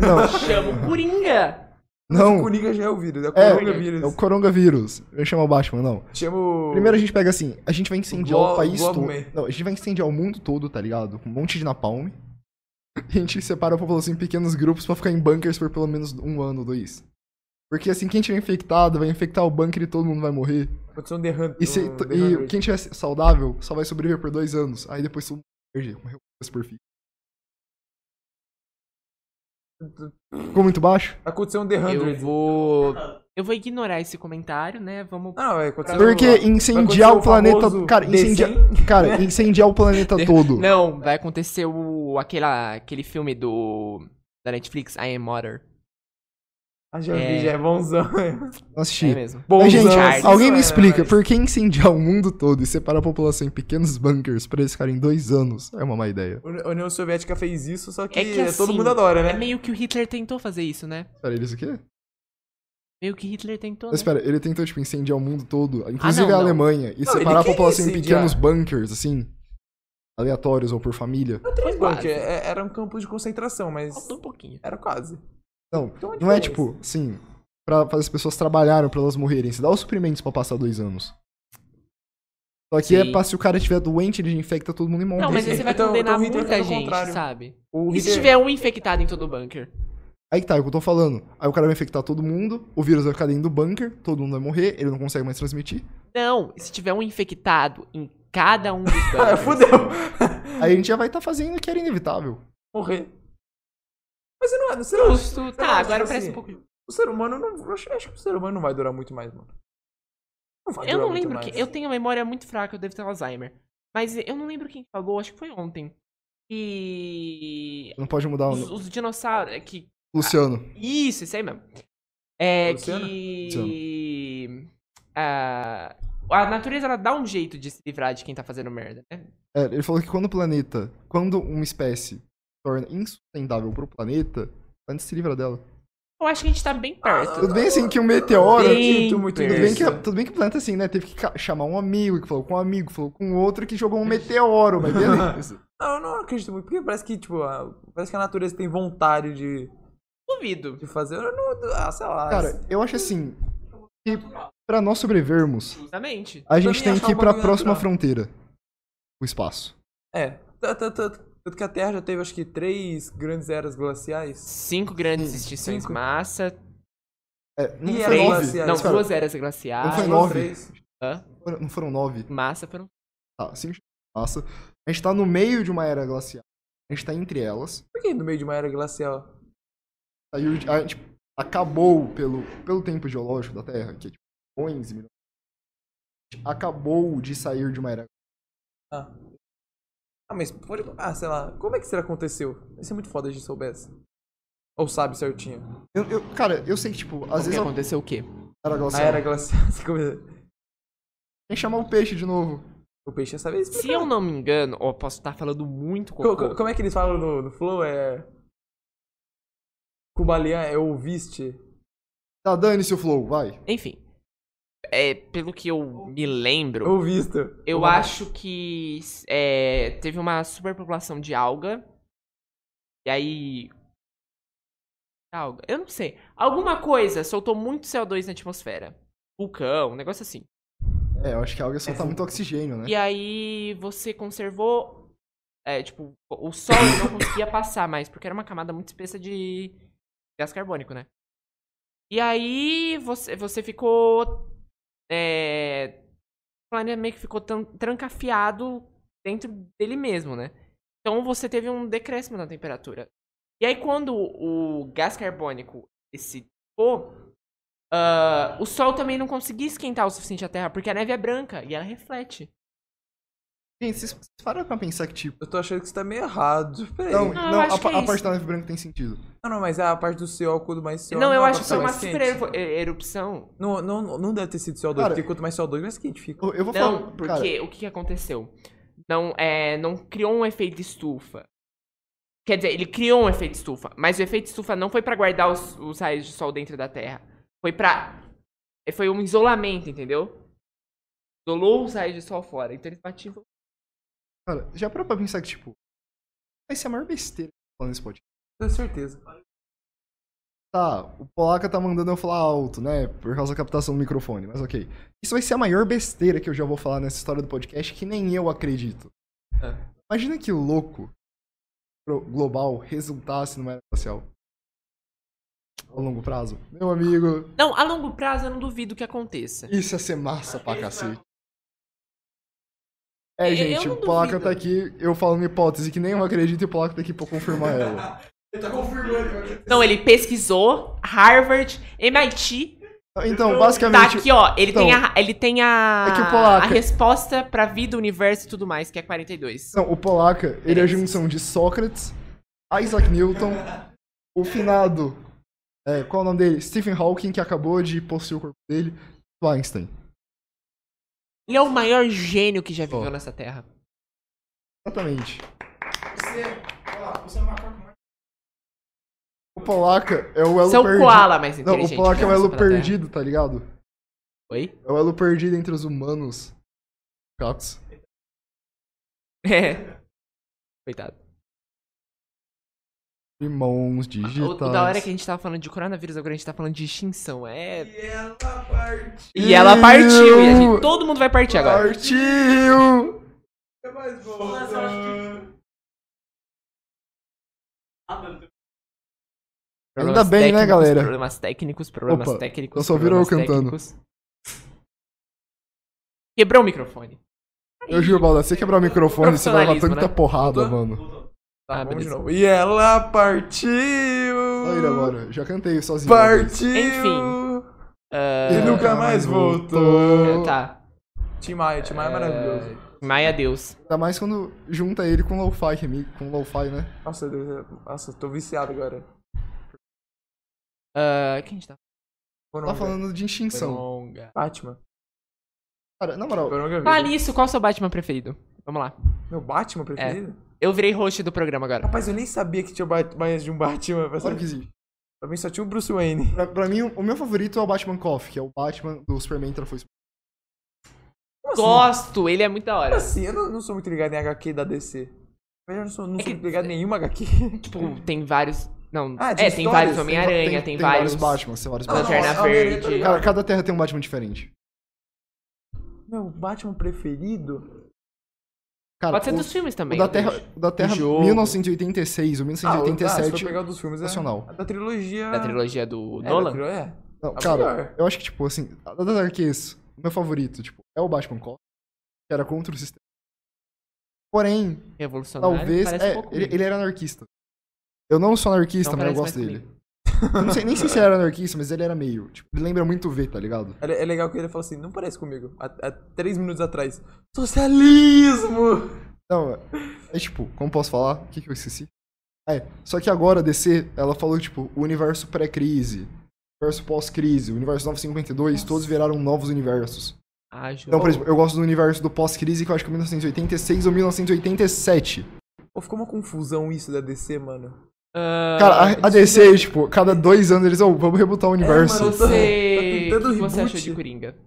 Speaker 1: Não,
Speaker 3: Chama o Coringa!
Speaker 1: (laughs)
Speaker 2: O
Speaker 1: não.
Speaker 2: Coringa já é o vírus, é o
Speaker 1: É,
Speaker 2: coronavírus.
Speaker 1: É o coronavírus. Eu chamo o Batman, não.
Speaker 2: Chama o...
Speaker 1: Primeiro a gente pega assim, a gente vai incendiar o,
Speaker 2: Glo-
Speaker 1: país
Speaker 2: Globo
Speaker 1: todo.
Speaker 2: Man.
Speaker 1: Não, a gente vai incendiar o mundo todo, tá ligado? Com um monte de napalm. A gente separa a população em pequenos grupos pra ficar em bunkers por pelo menos um ano, dois. Porque assim, quem tiver infectado vai infectar o bunker e todo mundo vai morrer.
Speaker 2: Aconteceu um derrame.
Speaker 1: E, se-
Speaker 2: um
Speaker 1: t-
Speaker 2: derrame.
Speaker 1: e quem tiver saudável só vai sobreviver por dois anos. Aí depois todo mundo perde. Morreu duas por fim. Ficou muito baixo?
Speaker 2: Aconteceu um derrame.
Speaker 3: Eu vou. Eu vou ignorar esse comentário, né? Vamos.
Speaker 2: Não, é, aconteceu
Speaker 1: Porque
Speaker 2: Vai
Speaker 1: incendiar
Speaker 2: acontecer
Speaker 1: o planeta.
Speaker 2: famoso
Speaker 1: Cara, incendiar.
Speaker 2: descem.
Speaker 3: (laughs)
Speaker 1: Cara, incendiar o planeta todo.
Speaker 3: Não, vai acontecer o, aquela, aquele filme do. Da Netflix, I Am Mother.
Speaker 2: Ah, já
Speaker 3: É.
Speaker 2: vi, já é bonzão.
Speaker 1: Não
Speaker 3: É
Speaker 1: assisti.
Speaker 3: mesmo.
Speaker 2: Bom,
Speaker 1: Mas, gente,
Speaker 3: Charles.
Speaker 1: alguém me
Speaker 2: É,
Speaker 1: explica
Speaker 2: mas-
Speaker 1: por que incendiar o mundo todo e separar a população em pequenos bunkers pra eles ficarem dois anos é uma má ideia.
Speaker 2: A União Soviética fez isso, só que,
Speaker 3: É que assim,
Speaker 2: todo mundo adora, né?
Speaker 3: É meio que o Hitler tentou fazer isso, né?
Speaker 1: Pera, eles o quê?
Speaker 3: Meio que Hitler tentou.
Speaker 1: Mas
Speaker 3: Né?
Speaker 1: pera, ele tentou, tipo, incendiar o mundo todo, inclusive
Speaker 3: Ah, não,
Speaker 1: a
Speaker 3: não.
Speaker 1: Alemanha, e separar
Speaker 2: Não,
Speaker 1: a
Speaker 2: ele queria
Speaker 1: população em
Speaker 2: incendiar.
Speaker 1: pequenos bunkers, assim, aleatórios ou por família.
Speaker 2: Três
Speaker 3: quase.
Speaker 2: bunker, é- era um campo de concentração, mas
Speaker 3: Faltou um pouquinho.
Speaker 2: era quase.
Speaker 1: Não,
Speaker 2: Então, a
Speaker 1: não é,
Speaker 2: diferença.
Speaker 1: tipo, assim, pra fazer as pessoas trabalharem pra elas morrerem. Você dá os suprimentos pra passar dois anos. Só que é
Speaker 3: Sim.
Speaker 1: pra se o cara estiver doente, ele infecta todo mundo e morre.
Speaker 3: Não, mas aí você vai
Speaker 2: Então-
Speaker 3: condenar
Speaker 2: então o Hitler
Speaker 3: muita
Speaker 2: fez o
Speaker 3: gente,
Speaker 2: contrário.
Speaker 3: sabe?
Speaker 2: O
Speaker 3: E se
Speaker 2: Hitler-
Speaker 3: tiver um infectado em todo o bunker?
Speaker 1: Aí que tá, é o que eu tô falando. Aí o cara vai infectar todo mundo, o vírus vai ficar dentro do bunker, todo mundo vai morrer, ele não consegue mais transmitir.
Speaker 3: Não, e se tiver um infectado em cada um dos
Speaker 2: (laughs) Ah,
Speaker 3: bunkers?
Speaker 2: fudeu. (laughs)
Speaker 1: Aí a gente já vai estar tá fazendo o que era inevitável.
Speaker 2: Morrer. Mas você não é, você não,
Speaker 3: Justo.
Speaker 2: não
Speaker 3: Tá,
Speaker 2: acha
Speaker 3: agora
Speaker 2: assim?
Speaker 3: parece um pouco.
Speaker 2: o ser humano não, eu acho, eu acho que o ser humano não vai durar muito mais, mano. Não vai
Speaker 3: Eu
Speaker 2: durar
Speaker 3: não
Speaker 2: muito
Speaker 3: lembro.
Speaker 2: mais.
Speaker 3: Que, eu tenho a memória muito fraca, eu devo ter Alzheimer. Mas eu não lembro quem falou, acho que foi ontem. E.
Speaker 1: Não pode mudar o
Speaker 3: Os, os dinossauros. é Que
Speaker 1: Luciano.
Speaker 3: Isso, isso aí mesmo. É
Speaker 2: Luciana?
Speaker 3: que. ah, a natureza ela dá um jeito de se livrar de quem tá fazendo merda, né?
Speaker 1: É, ele falou que quando o planeta, quando uma espécie torna insustentável pro planeta, a gente se livra dela.
Speaker 3: Eu acho que a gente tá bem perto.
Speaker 1: Tudo bem assim que um meteoro.
Speaker 3: Bem
Speaker 2: sinto muito
Speaker 1: Tudo bem,
Speaker 2: isso.
Speaker 1: que, tudo bem que o planeta assim, né? Teve que ca- chamar um amigo, que falou com um amigo, falou com outro, que jogou um meteoro, mas beleza.
Speaker 2: Não, eu não acredito muito, porque parece que, tipo, a- parece que a natureza tem vontade de,
Speaker 3: Duvido.
Speaker 2: de fazer. Eu não, ah, sei lá.
Speaker 1: Cara, eu acho assim, que pra nós sobrevivermos,
Speaker 3: Justamente.
Speaker 1: a gente
Speaker 2: Pra mim,
Speaker 1: tem
Speaker 2: achar
Speaker 1: que ir
Speaker 2: um
Speaker 1: pra
Speaker 2: bagulho
Speaker 1: próxima
Speaker 2: natural.
Speaker 1: fronteira. O espaço.
Speaker 2: É. Tanto, tanto- tanto que a Terra já teve, acho que, três grandes eras glaciais.
Speaker 3: Cinco grandes
Speaker 1: Sim,
Speaker 3: extinções
Speaker 2: cinco.
Speaker 3: massa.
Speaker 1: É, não,
Speaker 2: E
Speaker 1: foi
Speaker 2: era
Speaker 1: nove,
Speaker 2: glaciais,
Speaker 3: Não,
Speaker 1: cara.
Speaker 3: duas eras
Speaker 1: Não
Speaker 3: glaciais.
Speaker 1: foi
Speaker 2: Duas,
Speaker 1: nove.
Speaker 2: Ah, três.
Speaker 3: hã?
Speaker 1: Foram- não foram nove.
Speaker 3: Massa foram.
Speaker 1: Tá, cinco massa. A gente tá no meio de uma era glacial. A gente tá entre elas.
Speaker 2: Por que no meio de uma era glacial?
Speaker 1: Aí o- a gente acabou pelo, pelo tempo geológico da Terra, que é tipo milhões e milhões. A gente acabou de sair de uma era.
Speaker 2: Ah. Ah, mas pode. Ah, sei lá. Como é que será que aconteceu? Ia ser muito foda se a gente soubesse. Ou sabe certinho.
Speaker 1: Eu, eu- cara, eu sei que, tipo, às
Speaker 3: O que
Speaker 1: vezes a
Speaker 3: aconteceu o quê?
Speaker 1: era
Speaker 2: A
Speaker 1: glacial.
Speaker 2: era glacial. (laughs) você come-
Speaker 1: Tem que chamar o peixe de novo.
Speaker 2: O peixe ia saber
Speaker 3: Se
Speaker 2: explicar.
Speaker 3: eu não me engano, ó, eu posso estar falando muito
Speaker 2: Co- co-
Speaker 3: cocô.
Speaker 2: como é que eles falam no, no Flow? É. Cubalian é ouviste.
Speaker 1: Tá, dane-se o flow, vai.
Speaker 3: Enfim. É, pelo que eu me lembro.
Speaker 2: Ouvisto.
Speaker 3: Eu
Speaker 2: Uma-
Speaker 3: acho que é, teve uma superpopulação de alga. E aí. Alga? Eu não sei. Alguma coisa soltou muito CO2 na atmosfera. Vulcão, um negócio assim.
Speaker 1: É, eu acho que a alga solta muito oxigênio, né?
Speaker 3: E aí você conservou. É, tipo, o sol ele não conseguia passar mais, porque era uma camada muito espessa de gás carbônico, né? E aí você, você ficou. É, o planeta meio que ficou tan- trancafiado dentro dele mesmo, né? Então você teve um decréscimo na temperatura. E aí quando o gás carbônico ele se dissipou, ah, o sol também não conseguia esquentar o suficiente a Terra, porque a neve é branca e ela reflete.
Speaker 2: é
Speaker 1: Gente, vocês vocês pararam pra pensar que, tipo.
Speaker 2: Eu tô achando que isso tá meio errado. (laughs) Peraí.
Speaker 1: Não,
Speaker 3: Ah, eu
Speaker 1: não,
Speaker 3: acho
Speaker 1: a,
Speaker 3: que
Speaker 1: pa-
Speaker 3: é
Speaker 1: a
Speaker 3: isso.
Speaker 1: parte da neve branca tem sentido.
Speaker 2: Não, não, mas é a parte do CO, quanto mais CO.
Speaker 3: não, eu
Speaker 2: a
Speaker 3: acho
Speaker 2: parte
Speaker 3: que foi uma
Speaker 2: mais
Speaker 3: super
Speaker 2: quente.
Speaker 3: ervo- eh, erupção.
Speaker 2: Não, não, não deve ter sido CO2,
Speaker 1: Cara-
Speaker 2: porque quanto mais CO2, mais quente fica.
Speaker 1: Eu, eu vou falar.
Speaker 3: Não, porque
Speaker 1: Cara,
Speaker 3: o que, que aconteceu? Não, é, não criou um efeito estufa. Quer dizer, ele criou um efeito estufa, mas o efeito estufa não foi pra guardar os, os raios de sol dentro da Terra. Foi pra. eh, Foi um isolamento, entendeu? Isolou os raios de sol fora, então eles batiam.
Speaker 1: cara, já parou pra pensar que, tipo. Vai ser a maior besteira falando nesse podcast.
Speaker 2: Tenho certeza.
Speaker 1: Tá, o Polaca tá mandando eu falar alto, né? Por causa da captação do microfone, mas ok. Isso vai ser a maior besteira que eu já vou falar nessa história do podcast, que nem eu acredito.
Speaker 2: É.
Speaker 1: Imagina que louco pro- global resultasse numa era glacial. a longo prazo. Meu amigo,
Speaker 3: Não, a longo prazo eu não duvido que aconteça.
Speaker 1: isso ia ser massa pra cacete. É,
Speaker 3: Eu-
Speaker 1: gente,
Speaker 3: eu não
Speaker 1: o Polaca
Speaker 3: duvido.
Speaker 1: tá aqui, eu falando hipótese que nem eu acredito e o Polaca tá aqui pra confirmar
Speaker 3: (laughs)
Speaker 1: ela.
Speaker 4: Ele tá confirmando. né?
Speaker 3: Não, Então ele pesquisou, Harvard, MIT,
Speaker 1: Então,
Speaker 3: tá
Speaker 1: basicamente,
Speaker 3: aqui, ó. Ele tem
Speaker 1: então,
Speaker 3: a, ele tem a,
Speaker 1: é que o polaco-
Speaker 3: a resposta pra vida, universo e tudo mais, que é 42.
Speaker 1: Não, o Polaca, ele é a
Speaker 3: Beleza.
Speaker 1: junção de Sócrates, Isaac Newton, o finado. É, qual é o nome dele? Stephen Hawking, que acabou de possuir o corpo dele. e o Einstein.
Speaker 3: Ele é o maior gênio que já viveu
Speaker 1: Ó.
Speaker 3: nessa terra.
Speaker 1: Exatamente.
Speaker 4: Você, olha lá, você é um macaco mais.
Speaker 1: O Polaca é o elo
Speaker 3: Você é o
Speaker 1: perdido.
Speaker 3: koala mais
Speaker 1: Não,
Speaker 3: inteligente. né?
Speaker 1: o Polaca
Speaker 3: que
Speaker 1: é o
Speaker 3: passou
Speaker 1: elo
Speaker 3: pela Terra.
Speaker 1: perdido, tá ligado?
Speaker 3: Oi? (laughs)
Speaker 1: É o elo perdido entre os humanos. Cacos.
Speaker 3: É. Coitado.
Speaker 1: Irmãos
Speaker 3: O,
Speaker 1: digitais.
Speaker 3: o da hora é que a gente tava falando de coronavírus, agora a gente tá falando de extinção. É.
Speaker 4: E ela parte.
Speaker 3: E ela partiu, e a gente, todo mundo vai partir agora.
Speaker 1: Partiu!
Speaker 4: É mais bom.
Speaker 5: Mas eu acho que- Ah, mano, tem
Speaker 1: Ainda bem, né,
Speaker 3: técnicos,
Speaker 1: galera?
Speaker 3: Problemas técnicos, problemas
Speaker 1: Opa,
Speaker 3: técnicos.
Speaker 1: eu só virou eu
Speaker 3: problemas
Speaker 1: cantando.
Speaker 3: técnicos. Quebrou o microfone.
Speaker 1: Eu juro, Balda, se você quebrar o microfone, você vai levar
Speaker 3: Profissionalismo,
Speaker 1: tanta
Speaker 3: né?
Speaker 1: porrada, mano.
Speaker 2: Tá,
Speaker 3: Ah,
Speaker 2: vamos de
Speaker 3: beleza.
Speaker 2: novo. E ela partiu!
Speaker 1: Olha agora, já cantei sozinho.
Speaker 2: Partiu!
Speaker 3: Enfim.
Speaker 1: E
Speaker 2: E nunca mais
Speaker 3: É,
Speaker 2: voltou.
Speaker 3: tá.
Speaker 2: Tim Maia, Tim Maia é maravilhoso.
Speaker 3: Maia Deus.
Speaker 1: Ainda mais quando junta ele com lo-fi, remix- com lo-fi, né?
Speaker 2: Nossa, Deus, eu- nossa, tô viciado agora.
Speaker 3: Ah, quem a gente tá
Speaker 2: Coronga.
Speaker 1: Tá falando de extinção.
Speaker 3: Coronga.
Speaker 2: Batman.
Speaker 1: Cara, na moral,
Speaker 2: Coronga
Speaker 3: Ah,
Speaker 2: vida.
Speaker 3: nisso, qual é o seu Batman preferido? Vamos lá.
Speaker 2: Meu
Speaker 3: É.
Speaker 2: Batman preferido?
Speaker 3: Eu virei host do programa agora.
Speaker 2: Rapaz, eu nem sabia que tinha Bat- mais de um Batman. Pra,
Speaker 1: claro que existe.
Speaker 2: pra mim só tinha o Bruce Wayne. (laughs)
Speaker 1: Pra, pra mim, o meu favorito é o Batman Coffee, que é o Batman do Superman Trafo
Speaker 2: Como assim?
Speaker 3: Gosto, ele é muito da hora.
Speaker 2: Como assim? Eu não, não sou muito ligado em HQ da DC. Eu não sou, não
Speaker 3: É
Speaker 2: sou
Speaker 3: que-
Speaker 2: muito ligado em nenhuma HQ.
Speaker 3: Tipo, tem vários. Não,
Speaker 2: Ah, de
Speaker 3: é, tem
Speaker 2: histórias,
Speaker 3: vários
Speaker 2: tem
Speaker 3: Homem-Aranha, tem,
Speaker 1: tem
Speaker 3: vários.
Speaker 1: Batman, tem vários
Speaker 3: Não,
Speaker 1: Batman.
Speaker 3: Lanterna
Speaker 2: nossa, Homem-Aranha tá
Speaker 3: Verde.
Speaker 2: ligado.
Speaker 1: Cara, cada terra tem um Batman diferente.
Speaker 2: (laughs) Meu Batman preferido?
Speaker 1: Cara,
Speaker 3: Pode ser
Speaker 1: o,
Speaker 3: dos filmes
Speaker 1: o
Speaker 3: também.
Speaker 1: da
Speaker 3: eu
Speaker 1: Terra,
Speaker 3: vejo.
Speaker 1: o da Terra
Speaker 2: O jogo.
Speaker 1: 1986, o
Speaker 2: Ah, se for
Speaker 1: 1987.
Speaker 2: pegar dos filmes, é
Speaker 1: nacional.
Speaker 2: a da trilogia...
Speaker 3: Da trilogia do
Speaker 2: É, Da
Speaker 3: Nolan.
Speaker 2: trilogia, é.
Speaker 1: Não,
Speaker 2: a
Speaker 1: cara,
Speaker 2: melhor.
Speaker 1: eu acho que, tipo, assim, a das HQs, o meu favorito, tipo, é o Batman Coffee, que era contra o sistema. Porém,
Speaker 3: Revolucionário.
Speaker 1: talvez.
Speaker 3: parece
Speaker 1: é,
Speaker 3: um pouco
Speaker 1: ele,
Speaker 3: comigo.
Speaker 1: ele era anarquista. Eu não sou anarquista,
Speaker 3: Não
Speaker 1: mas eu
Speaker 3: parece
Speaker 1: gosto
Speaker 3: mais
Speaker 1: dele. Eu não sei, nem
Speaker 3: (laughs)
Speaker 1: sei se ele era anarquista, mas ele era meio. Tipo, ele lembra muito o V, tá ligado?
Speaker 2: É, é legal que ele fala assim, não parece comigo. Há, há três minutos atrás. Socialismo!
Speaker 1: Não, é tipo, como posso falar? O que, que eu esqueci? Ah, É, só que agora a DC, ela falou, tipo, o universo pré-crise, universo pós-crise, o universo 952, todos viraram novos universos.
Speaker 3: Ah, juro.
Speaker 1: Então, por exemplo, eu gosto do universo do pós-crise, que eu acho que é 1986 ou 1987.
Speaker 2: Pô, ficou uma confusão isso da DC, mano.
Speaker 3: Ah,
Speaker 1: Cara, a, a DC, tipo, cada dois anos eles, oh, vamos rebutar o universo.
Speaker 2: mano, eu
Speaker 3: (laughs)
Speaker 2: tô-
Speaker 3: você...
Speaker 2: Tá
Speaker 3: O
Speaker 2: tentando
Speaker 3: que você
Speaker 2: reboot.
Speaker 3: achou de Coringa?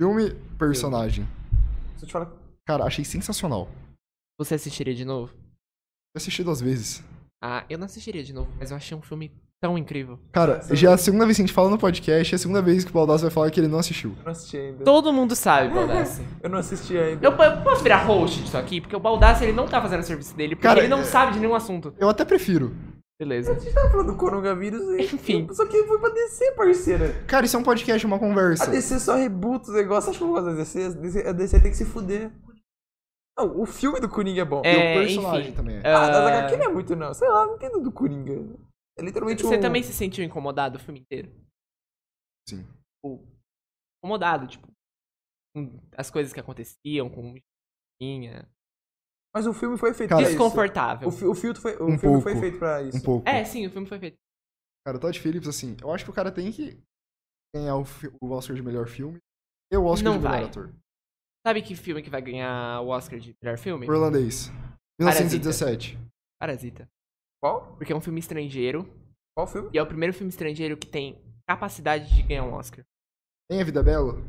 Speaker 1: Filme, personagem.
Speaker 2: Se eu te falar...
Speaker 1: Cara, achei sensacional.
Speaker 3: Você assistiria de novo?
Speaker 1: Eu assisti duas vezes.
Speaker 3: Ah, eu não assistiria de novo, mas eu achei um filme tão incrível.
Speaker 1: Cara, já é a segunda vez que a gente fala no podcast, é a segunda vez que o Baldassi vai falar que ele não assistiu.
Speaker 2: Eu não assisti ainda.
Speaker 3: Todo mundo sabe, Baldassi.
Speaker 2: Eu não assisti ainda.
Speaker 3: Eu, eu posso virar host disso aqui, porque o Baldassi ele não tá fazendo o serviço dele, porque
Speaker 1: Cara,
Speaker 3: ele não
Speaker 1: é-
Speaker 3: sabe de nenhum assunto.
Speaker 1: Eu até prefiro.
Speaker 3: Beleza.
Speaker 2: A gente tava falando do coronavírus e...
Speaker 3: Enfim.
Speaker 2: Só que foi pra DC, parceira.
Speaker 1: Cara, isso é um podcast, uma conversa.
Speaker 2: A DC só rebuta os negócios. Acho que eu gosto da DC. A DC, a DC tem que se fuder. Não, o filme do Coringa é bom.
Speaker 1: E
Speaker 3: É,
Speaker 1: o personagem
Speaker 3: enfim.
Speaker 1: também. É.
Speaker 2: Ah,
Speaker 3: Ah,
Speaker 2: das HQ não é muito, não. Sei lá, não entendo do Coringa. É literalmente
Speaker 3: Você
Speaker 2: um...
Speaker 3: também se sentiu incomodado o filme inteiro?
Speaker 1: Sim.
Speaker 3: Tipo, incomodado, tipo, com as coisas que aconteciam, com tinha.
Speaker 2: Mas o filme foi feito
Speaker 1: Cara,
Speaker 2: pra
Speaker 3: Desconfortável.
Speaker 2: isso. O, fi- o filtro foi, o
Speaker 1: Um pouco.
Speaker 2: filme foi feito pra isso.
Speaker 1: Um pouco.
Speaker 3: É, sim, o filme foi feito.
Speaker 1: Cara, o Todd Phillips, assim, eu acho que o cara tem que ganhar o, fi- o Oscar de melhor filme e o Oscar
Speaker 3: Não
Speaker 1: de melhor
Speaker 3: vai.
Speaker 1: ator.
Speaker 3: Sabe que filme que vai ganhar o Oscar de melhor filme?
Speaker 1: Irlandês. 1917.
Speaker 3: Parasita.
Speaker 2: Qual?
Speaker 3: Porque é um filme estrangeiro
Speaker 2: Qual filme?
Speaker 3: e é o primeiro filme estrangeiro que tem capacidade de ganhar um Oscar.
Speaker 1: Tem A Vida é Bela?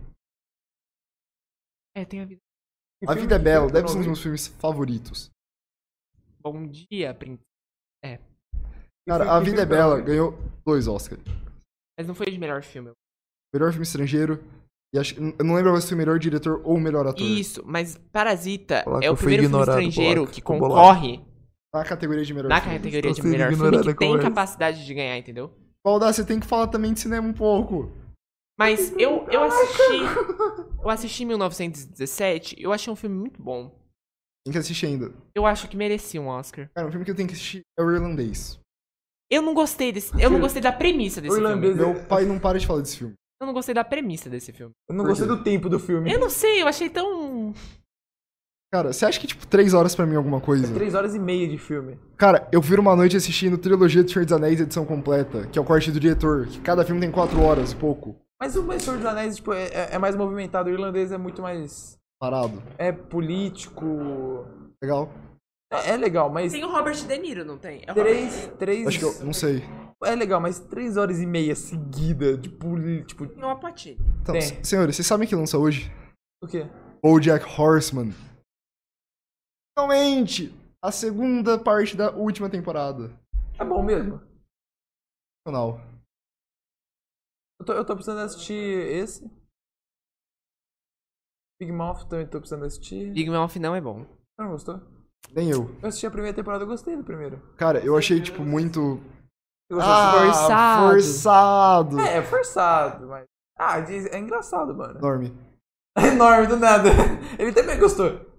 Speaker 3: É, tem a vida.
Speaker 2: Que
Speaker 1: A
Speaker 2: filme
Speaker 1: Vida é
Speaker 2: que
Speaker 1: Bela
Speaker 2: foi
Speaker 1: deve ser um dos
Speaker 2: promovido?
Speaker 1: meus filmes favoritos.
Speaker 3: Bom dia, princesa.
Speaker 1: Cara,
Speaker 2: filme
Speaker 1: A
Speaker 2: que
Speaker 1: Vida é
Speaker 2: foi
Speaker 1: Bela
Speaker 2: promovido?
Speaker 1: ganhou dois Oscars.
Speaker 3: Mas não foi de melhor filme.
Speaker 1: Melhor filme estrangeiro e acho, eu não lembro se foi melhor diretor ou melhor ator.
Speaker 3: Isso, mas Parasita
Speaker 2: Polaco,
Speaker 3: é
Speaker 2: eu
Speaker 3: o
Speaker 2: fui
Speaker 3: primeiro filme
Speaker 2: ignorado,
Speaker 3: estrangeiro
Speaker 2: Polaco.
Speaker 3: que
Speaker 2: Tô bolado.
Speaker 3: concorre
Speaker 1: Na categoria de melhor
Speaker 3: na
Speaker 1: filme.
Speaker 3: categoria de
Speaker 2: Estou sendo
Speaker 3: melhor filme
Speaker 2: ignorado
Speaker 3: que
Speaker 2: com
Speaker 3: tem
Speaker 2: essa.
Speaker 3: capacidade de ganhar, entendeu?
Speaker 1: Baldar, você tem que falar também de cinema um pouco.
Speaker 3: Mas eu, eu assisti. Eu assisti em 1917, eu achei um filme muito bom.
Speaker 1: Tem que assistir ainda.
Speaker 3: Eu acho que merecia um Oscar.
Speaker 1: Cara, um filme que eu tenho que assistir é o Irlandês.
Speaker 3: Eu não gostei desse. Eu não gostei da premissa desse
Speaker 2: O irlandês.
Speaker 3: filme.
Speaker 1: Meu pai não para de falar desse filme.
Speaker 3: Eu não gostei da premissa desse filme.
Speaker 2: Eu não gostei do tempo do filme.
Speaker 3: Eu não sei, eu achei tão.
Speaker 1: Cara, você acha que, tipo, três horas pra mim é alguma coisa?
Speaker 2: Três horas e meia de filme.
Speaker 1: Cara, eu viro uma noite assistindo Trilogia do Senhor dos Anéis, edição completa, que é o corte do diretor, que cada filme tem quatro horas e pouco.
Speaker 2: Mas o Senhor dos Anéis, tipo, é, é- é mais movimentado. O irlandês é muito mais.
Speaker 1: Parado.
Speaker 2: É político.
Speaker 1: Legal?
Speaker 2: É, é legal, mas.
Speaker 3: Tem o Robert De Niro, não tem? É o Robert-
Speaker 2: Três. Três.
Speaker 1: Acho que eu. Não sei.
Speaker 2: É legal, mas três horas e meia seguida de poli- Tipo,
Speaker 3: Tem o Apati.
Speaker 1: Então,
Speaker 2: Tem.
Speaker 1: s- senhores, vocês sabem que lança hoje?
Speaker 2: o quê?
Speaker 1: Bojack Horseman. Finalmente! A segunda parte da última temporada.
Speaker 2: É bom mesmo.
Speaker 1: Final.
Speaker 2: Eu tô, eu tô precisando assistir esse. Big Mouth também tô precisando assistir.
Speaker 3: Big Mouth não é bom.
Speaker 2: Você não gostou?
Speaker 1: Nem eu.
Speaker 2: Eu assisti a primeira temporada, eu gostei do primeiro.
Speaker 1: Cara, eu achei, tipo, muito.
Speaker 2: Você
Speaker 1: Ah,
Speaker 2: gostou do segundo?
Speaker 3: forçado.
Speaker 1: Forçado!
Speaker 2: É, é forçado, mas. Ah, diz- é engraçado, mano. (laughs)
Speaker 1: Enorme.
Speaker 2: É enorme do nada. (laughs) Ele também gostou.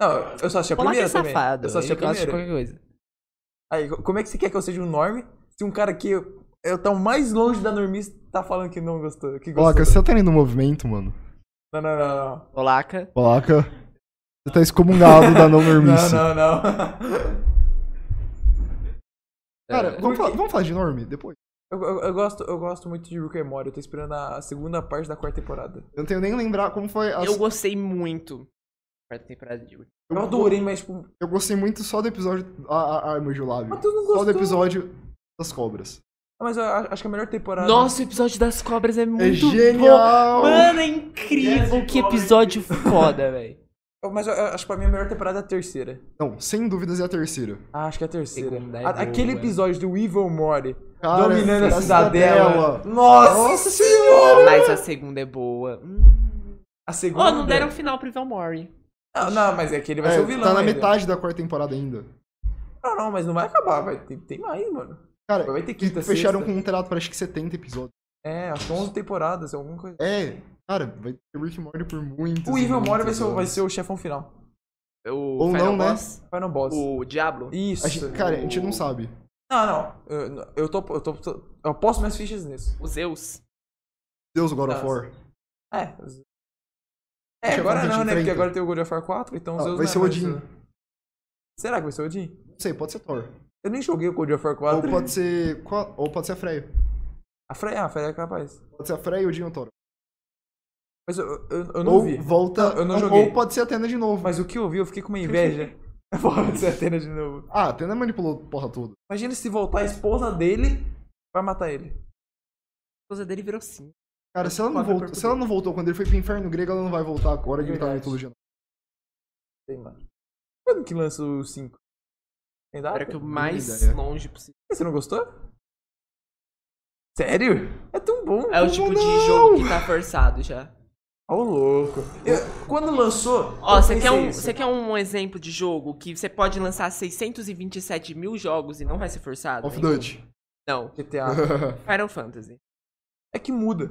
Speaker 2: Não, eu só achei a
Speaker 3: Polaco
Speaker 2: primeira
Speaker 3: é
Speaker 2: também.
Speaker 3: safado.
Speaker 2: Eu só achei a
Speaker 3: ele gosta de
Speaker 2: primeira.
Speaker 3: qualquer coisa.
Speaker 2: Aí, co- como é que você quer que eu seja um norme se um cara que eu tá o mais longe da normice tá falando que não gostou? Que gostou?
Speaker 1: Bolaca, você tá indo no movimento, mano?
Speaker 2: Não, não, não, não.
Speaker 3: Polaca.
Speaker 1: Bolaca. Você tá excomungado da
Speaker 2: (laughs)
Speaker 1: não
Speaker 2: Não,
Speaker 1: normice.
Speaker 2: não, não. (laughs) É.
Speaker 1: Cara,
Speaker 3: é.
Speaker 1: vamos falar, vamos falar de norme depois.
Speaker 2: Eu, eu- eu gosto, eu gosto muito de Rick and Morty. Eu tô esperando a segunda parte da quarta temporada.
Speaker 1: Eu não tenho nem lembrar como foi. As...
Speaker 3: Eu gostei muito da quarta temporada de Rick.
Speaker 2: Eu adorei, mas tipo...
Speaker 1: Eu gostei muito só do episódio. Ah, ah, ah meu lábio.
Speaker 2: Mas tu não
Speaker 1: Só do
Speaker 2: gostou.
Speaker 1: episódio das cobras.
Speaker 2: Mas eu a- acho que é a melhor temporada...
Speaker 3: Nossa, o episódio das cobras é muito
Speaker 1: é
Speaker 3: bom.
Speaker 1: genial!
Speaker 3: Mano, é incrível.
Speaker 5: Jesse
Speaker 3: Que
Speaker 5: Cobra.
Speaker 3: episódio foda, velho.
Speaker 2: Eu- Mas eu, eu acho que pra mim a melhor temporada é a terceira.
Speaker 1: Não, sem dúvidas é a terceira.
Speaker 2: Ah, acho que é a terceira.
Speaker 3: Segunda é
Speaker 2: A- aquele
Speaker 3: boa.
Speaker 2: episódio do Evil Morty
Speaker 1: Cara,
Speaker 2: dominando a
Speaker 1: da
Speaker 2: cidadela.
Speaker 1: Ah, cidadela.
Speaker 2: Nossa,
Speaker 1: Nossa
Speaker 2: senhora!
Speaker 3: Mas a segunda é boa. Hum.
Speaker 2: A
Speaker 3: Ó,
Speaker 2: segunda... é.
Speaker 3: não deram final pro Ivan Mori.
Speaker 2: Não, não, mas é que ele vai
Speaker 1: É,
Speaker 2: ser o vilão
Speaker 1: tá na
Speaker 2: ainda.
Speaker 1: metade da quarta temporada ainda.
Speaker 2: Não, não, mas não vai acabar, vai ter, tem mais, mano.
Speaker 1: Cara,
Speaker 2: Vai ter
Speaker 1: que
Speaker 2: quinta,
Speaker 1: fecharam com
Speaker 2: sexta.
Speaker 1: um contrato pra acho que 70 episódios.
Speaker 2: É, acho que 11 temporadas, alguma coisa.
Speaker 1: É, cara, vai ter Rick and Morty por muito.
Speaker 2: O Evil Morty vai ser, o- vai ser o chefão final.
Speaker 3: O
Speaker 1: Ou
Speaker 3: Final
Speaker 1: não, né?
Speaker 3: Boss.
Speaker 2: Final boss.
Speaker 3: O Diablo.
Speaker 2: Isso.
Speaker 1: A gente- cara, a gente não sabe.
Speaker 2: Não, não. Eu, eu tô, eu tô, tô- Eu posto minhas fichas nisso.
Speaker 3: O Zeus.
Speaker 1: Deus, God of
Speaker 2: Nossa.
Speaker 1: War.
Speaker 2: É. É,
Speaker 1: Deixa
Speaker 2: agora
Speaker 1: eu ver
Speaker 2: não,
Speaker 1: de
Speaker 2: né?
Speaker 1: frente.
Speaker 2: Porque agora tem o God of War 4, então os
Speaker 1: Ah,
Speaker 2: Zeus
Speaker 1: vai
Speaker 2: não é
Speaker 1: ser o
Speaker 2: mais
Speaker 1: Odin.
Speaker 2: o- Será que vai ser o Odin?
Speaker 1: Não sei, pode ser Thor.
Speaker 2: Eu nem joguei o God of War
Speaker 1: Ou
Speaker 2: 4.
Speaker 1: pode ser. qual- Ou pode ser a Freya.
Speaker 2: A Freya, a Freya é capaz.
Speaker 1: Pode ser a Freya e o Dinho Thor.
Speaker 2: Mas eu, eu, eu não
Speaker 1: Ou
Speaker 2: vi.
Speaker 1: volta.
Speaker 2: Não, eu não
Speaker 1: ou-
Speaker 2: joguei.
Speaker 1: Ou pode ser a Atena de novo.
Speaker 2: Mas o que eu vi, eu fiquei com uma inveja. (laughs) Porra, você Atena de novo.
Speaker 1: Ah, a Atena manipulou a porra toda.
Speaker 2: Imagina se voltar a esposa dele, vai matar ele.
Speaker 3: A esposa dele virou sim.
Speaker 1: Cara, se ela, não
Speaker 3: Quatro
Speaker 1: voltou,
Speaker 3: por
Speaker 1: se ela não voltou quando ele foi pro inferno grego, ela não vai voltar agora que ele tá na
Speaker 2: Verdade.
Speaker 1: mitologia.
Speaker 2: Sei, mano. Quando que lança o 5? Tem data?
Speaker 3: Era que o mais
Speaker 1: ideia.
Speaker 3: longe possível.
Speaker 2: Você não gostou? Sério? É tão bom.
Speaker 3: É o
Speaker 2: Como
Speaker 3: tipo
Speaker 2: não?
Speaker 3: de jogo que tá forçado já.
Speaker 2: Ô, louco. Eu- quando lançou.
Speaker 3: Ó,
Speaker 2: eu
Speaker 3: você
Speaker 2: pensei
Speaker 3: quer, um,
Speaker 2: isso.
Speaker 3: você quer um exemplo de jogo que você pode lançar 627 mil jogos e não vai ser
Speaker 2: Tá
Speaker 3: forçado?
Speaker 1: Off
Speaker 3: nenhum?
Speaker 1: Duty.
Speaker 3: Não.
Speaker 1: (laughs)
Speaker 2: GTA.
Speaker 3: Final Fantasy.
Speaker 2: É que muda.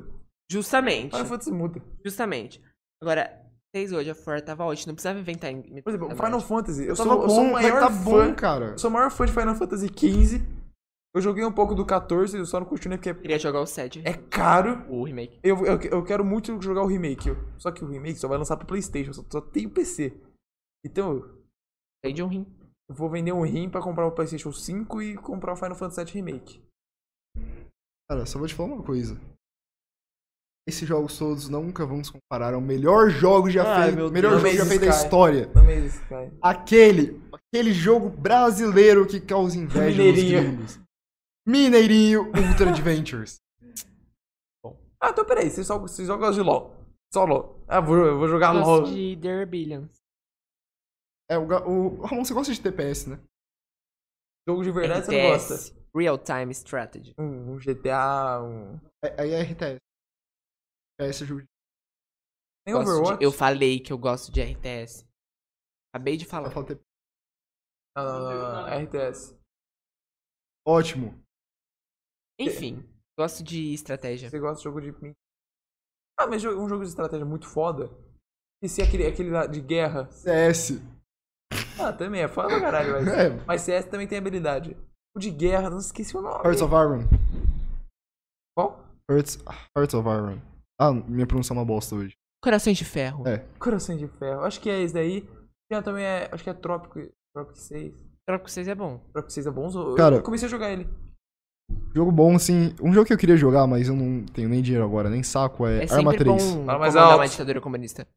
Speaker 3: Justamente.
Speaker 2: Final Fantasy muda.
Speaker 3: Justamente. Agora, 6 hoje a Fora tava ótimo, não precisava inventar. em-
Speaker 2: Por exemplo,
Speaker 3: na
Speaker 2: Final
Speaker 3: É verdade.
Speaker 2: Fantasy. Eu,
Speaker 1: Eu
Speaker 2: sou,
Speaker 1: tava
Speaker 2: eu sou o
Speaker 1: bom, mas
Speaker 2: maior
Speaker 1: tá
Speaker 2: fã.
Speaker 1: bom, cara.
Speaker 2: Eu sou o maior fã de Final Fantasy XV. Eu joguei um pouco do 14, eu só não continuei porque
Speaker 3: Queria jogar o 7,
Speaker 2: é caro.
Speaker 3: o remake.
Speaker 2: Eu, eu, eu quero muito jogar o remake. eu- Só que o remake só vai lançar pro Playstation, só, só tem o PC. Então eu
Speaker 3: Vende um rim.
Speaker 2: eu vou vender um rim pra comprar o Playstation 5 e comprar o Final Fantasy VII Remake.
Speaker 1: Cara, só vou te falar uma coisa. Esses jogos todos nunca vão se comparar ao melhor jogo já
Speaker 2: Ai,
Speaker 1: feito,
Speaker 2: meu
Speaker 1: melhor
Speaker 2: Deus.
Speaker 1: jogo já
Speaker 2: Amazing
Speaker 1: feito da
Speaker 2: Sky.
Speaker 1: história.
Speaker 2: Amei esse cara.
Speaker 1: Aquele, aquele jogo brasileiro que causa inveja nos
Speaker 2: Mineirinho.
Speaker 1: gringos. Mineirinho Ultra (laughs) Adventures.
Speaker 2: Ah, então peraí, vocês só, vocês só gostam de LOL. Só LOL. Ah, vou, eu vou jogar LOL.
Speaker 3: Gosto de There Are Billions.
Speaker 1: É, o, ga- o Ramon, você gosta de TPS, né?
Speaker 2: Jogo de verdade você não gosta.
Speaker 3: RTS, Real Time Strategy.
Speaker 2: Um, um GTA, um.
Speaker 1: É- Aí é RTS. TPS é jogo de
Speaker 2: Nem
Speaker 3: Gosto de-
Speaker 2: Overwatch.
Speaker 3: eu falei que eu gosto de RTS. Acabei de falar.
Speaker 1: fala TPS.
Speaker 2: Não, não, não, não, RTS.
Speaker 1: Ótimo.
Speaker 3: Enfim, gosto de estratégia.
Speaker 2: Você gosta de jogo de mim? Ah, mas jo- um jogo de estratégia muito foda. E se é aquele, aquele lá de guerra?
Speaker 1: CS.
Speaker 2: Ah, também é foda, caralho, mas.
Speaker 3: (laughs)
Speaker 1: É.
Speaker 2: Mas CS também tem habilidade. O de guerra, não esqueci o nome.
Speaker 1: Hearts of Iron.
Speaker 2: Qual?
Speaker 1: Hearts, Hearts of Iron. Ah, minha pronúncia é uma bosta hoje.
Speaker 3: Corações de ferro.
Speaker 1: É.
Speaker 2: Coração de Ferro. Acho que é esse daí. Tinha também é. Acho que é Trópico. Trópico 6.
Speaker 3: Trópico 6 é bom.
Speaker 2: Trópico 6 é bom? Eu-
Speaker 1: Cara-
Speaker 2: Eu comecei a jogar
Speaker 3: (laughs)
Speaker 2: ele.
Speaker 1: Jogo bom, assim. Um jogo que eu queria jogar, mas eu não tenho nem dinheiro agora, nem saco, é,
Speaker 3: É
Speaker 1: Arma
Speaker 3: sempre
Speaker 1: 3.
Speaker 3: bom
Speaker 2: Fala mais
Speaker 3: comandar
Speaker 2: alto.
Speaker 3: uma ditadura comunista.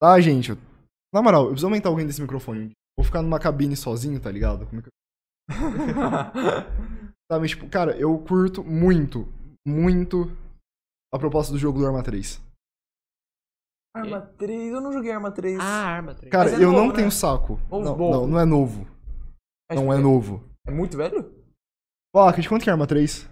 Speaker 1: Tá, gente? eu- Na moral, eu preciso aumentar alguém desse microfone. Vou ficar numa cabine sozinho, tá ligado? Como é que eu- Tá, mas tipo, cara, eu curto muito, muito a proposta do jogo do Arma 3.
Speaker 2: Arma 3. Eu não joguei Arma 3.
Speaker 3: Ah, arma 3.
Speaker 1: Cara,
Speaker 2: Mas é
Speaker 1: eu
Speaker 2: novo,
Speaker 1: não
Speaker 2: né?
Speaker 1: tenho saco.
Speaker 2: Ou
Speaker 1: não,
Speaker 2: novo.
Speaker 1: não, não é novo.
Speaker 2: Acho
Speaker 1: Não é
Speaker 2: que-
Speaker 1: novo.
Speaker 2: É muito velho?
Speaker 1: Polaca, de quanto que é a Arma 3?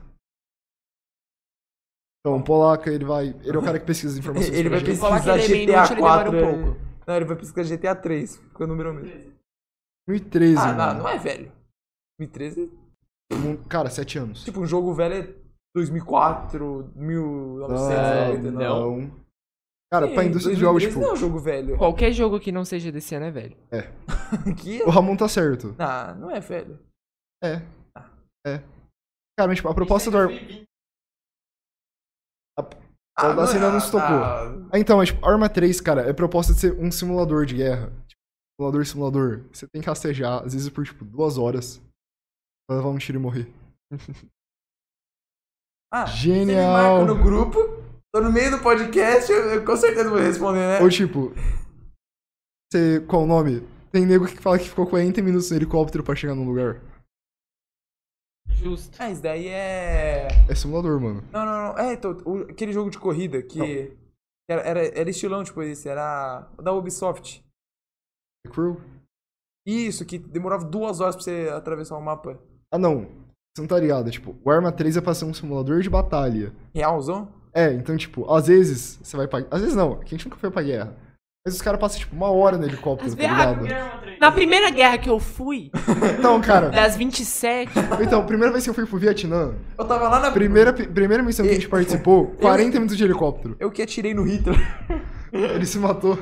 Speaker 1: Então, Polaca, ele vai. Ele é o cara que
Speaker 2: (laughs)
Speaker 1: pesquisa as informações.
Speaker 2: Ele
Speaker 1: pra
Speaker 2: vai
Speaker 1: gente.
Speaker 2: pesquisar
Speaker 3: Falar que ele é meio
Speaker 2: GTA
Speaker 3: inútil, ele demora
Speaker 2: 4.
Speaker 3: um pouco.
Speaker 2: ele- Não, ele vai pesquisar GTA 3. Ficou o número um mesmo.
Speaker 1: 2013,
Speaker 2: Ah,
Speaker 1: mano.
Speaker 2: não, não é velho. 2013
Speaker 1: Um- Cara, 7 anos.
Speaker 2: Tipo, um jogo velho é 2004, 1999.
Speaker 1: não. Cara, pra
Speaker 2: é Sim,
Speaker 1: indústria de jogos,
Speaker 2: 2013
Speaker 1: tipo,
Speaker 2: Não é um jogo velho.
Speaker 3: Qualquer jogo que não seja desse ano é velho.
Speaker 2: (laughs) Aqui é...
Speaker 1: o Ramon tá certo.
Speaker 2: Ah, não é velho.
Speaker 1: É. É. Cara, mas tipo, a proposta do Arma.
Speaker 2: Ah,
Speaker 1: Saudaço ainda não se tocou.
Speaker 2: ah,
Speaker 1: Ah, então, mas tipo, Arma 3, cara, é proposta de ser um simulador de guerra. Tipo, simulador, simulador. Você tem que rastejar, às vezes por, tipo, duas horas. Pra levar um tiro e morrer.
Speaker 2: ah,
Speaker 1: Genial.
Speaker 2: Você me marca no grupo, tô no meio do podcast, eu, eu com certeza vou responder, né?
Speaker 1: Ou tipo. Você. Qual o nome? Tem nego que fala que ficou 40 minutos no helicóptero pra chegar num lugar.
Speaker 3: Justo.
Speaker 2: Ah, isso daí é...
Speaker 1: É simulador, mano.
Speaker 2: Não, não, não. É, então, o- aquele jogo de corrida que... que Era, era, era estilão, tipo, esse. Era o da Ubisoft.
Speaker 1: É cruel?
Speaker 2: Isso, que demorava duas horas pra você atravessar o mapa.
Speaker 1: Ah, não. Você não tá ligado. Tipo, o Arma 3 é pra ser um simulador de batalha.
Speaker 2: Realzão?
Speaker 1: É, então, tipo, às vezes você vai pra. Às vezes não, que a gente nunca foi pra guerra. Mas os caras passam, tipo, uma hora no helicóptero,
Speaker 3: Às
Speaker 1: tá
Speaker 3: vezes-
Speaker 1: ligado?
Speaker 2: né?
Speaker 3: Na primeira guerra que eu fui,
Speaker 1: Então, cara.
Speaker 2: (laughs)
Speaker 3: das 27,
Speaker 1: Então, primeira vez que eu fui pro Vietnã,
Speaker 2: Eu tava lá na...
Speaker 1: primeira, primeira missão que a gente participou, 40 minutos de helicóptero.
Speaker 2: Eu que atirei no Hitler. (laughs)
Speaker 1: Ele se matou.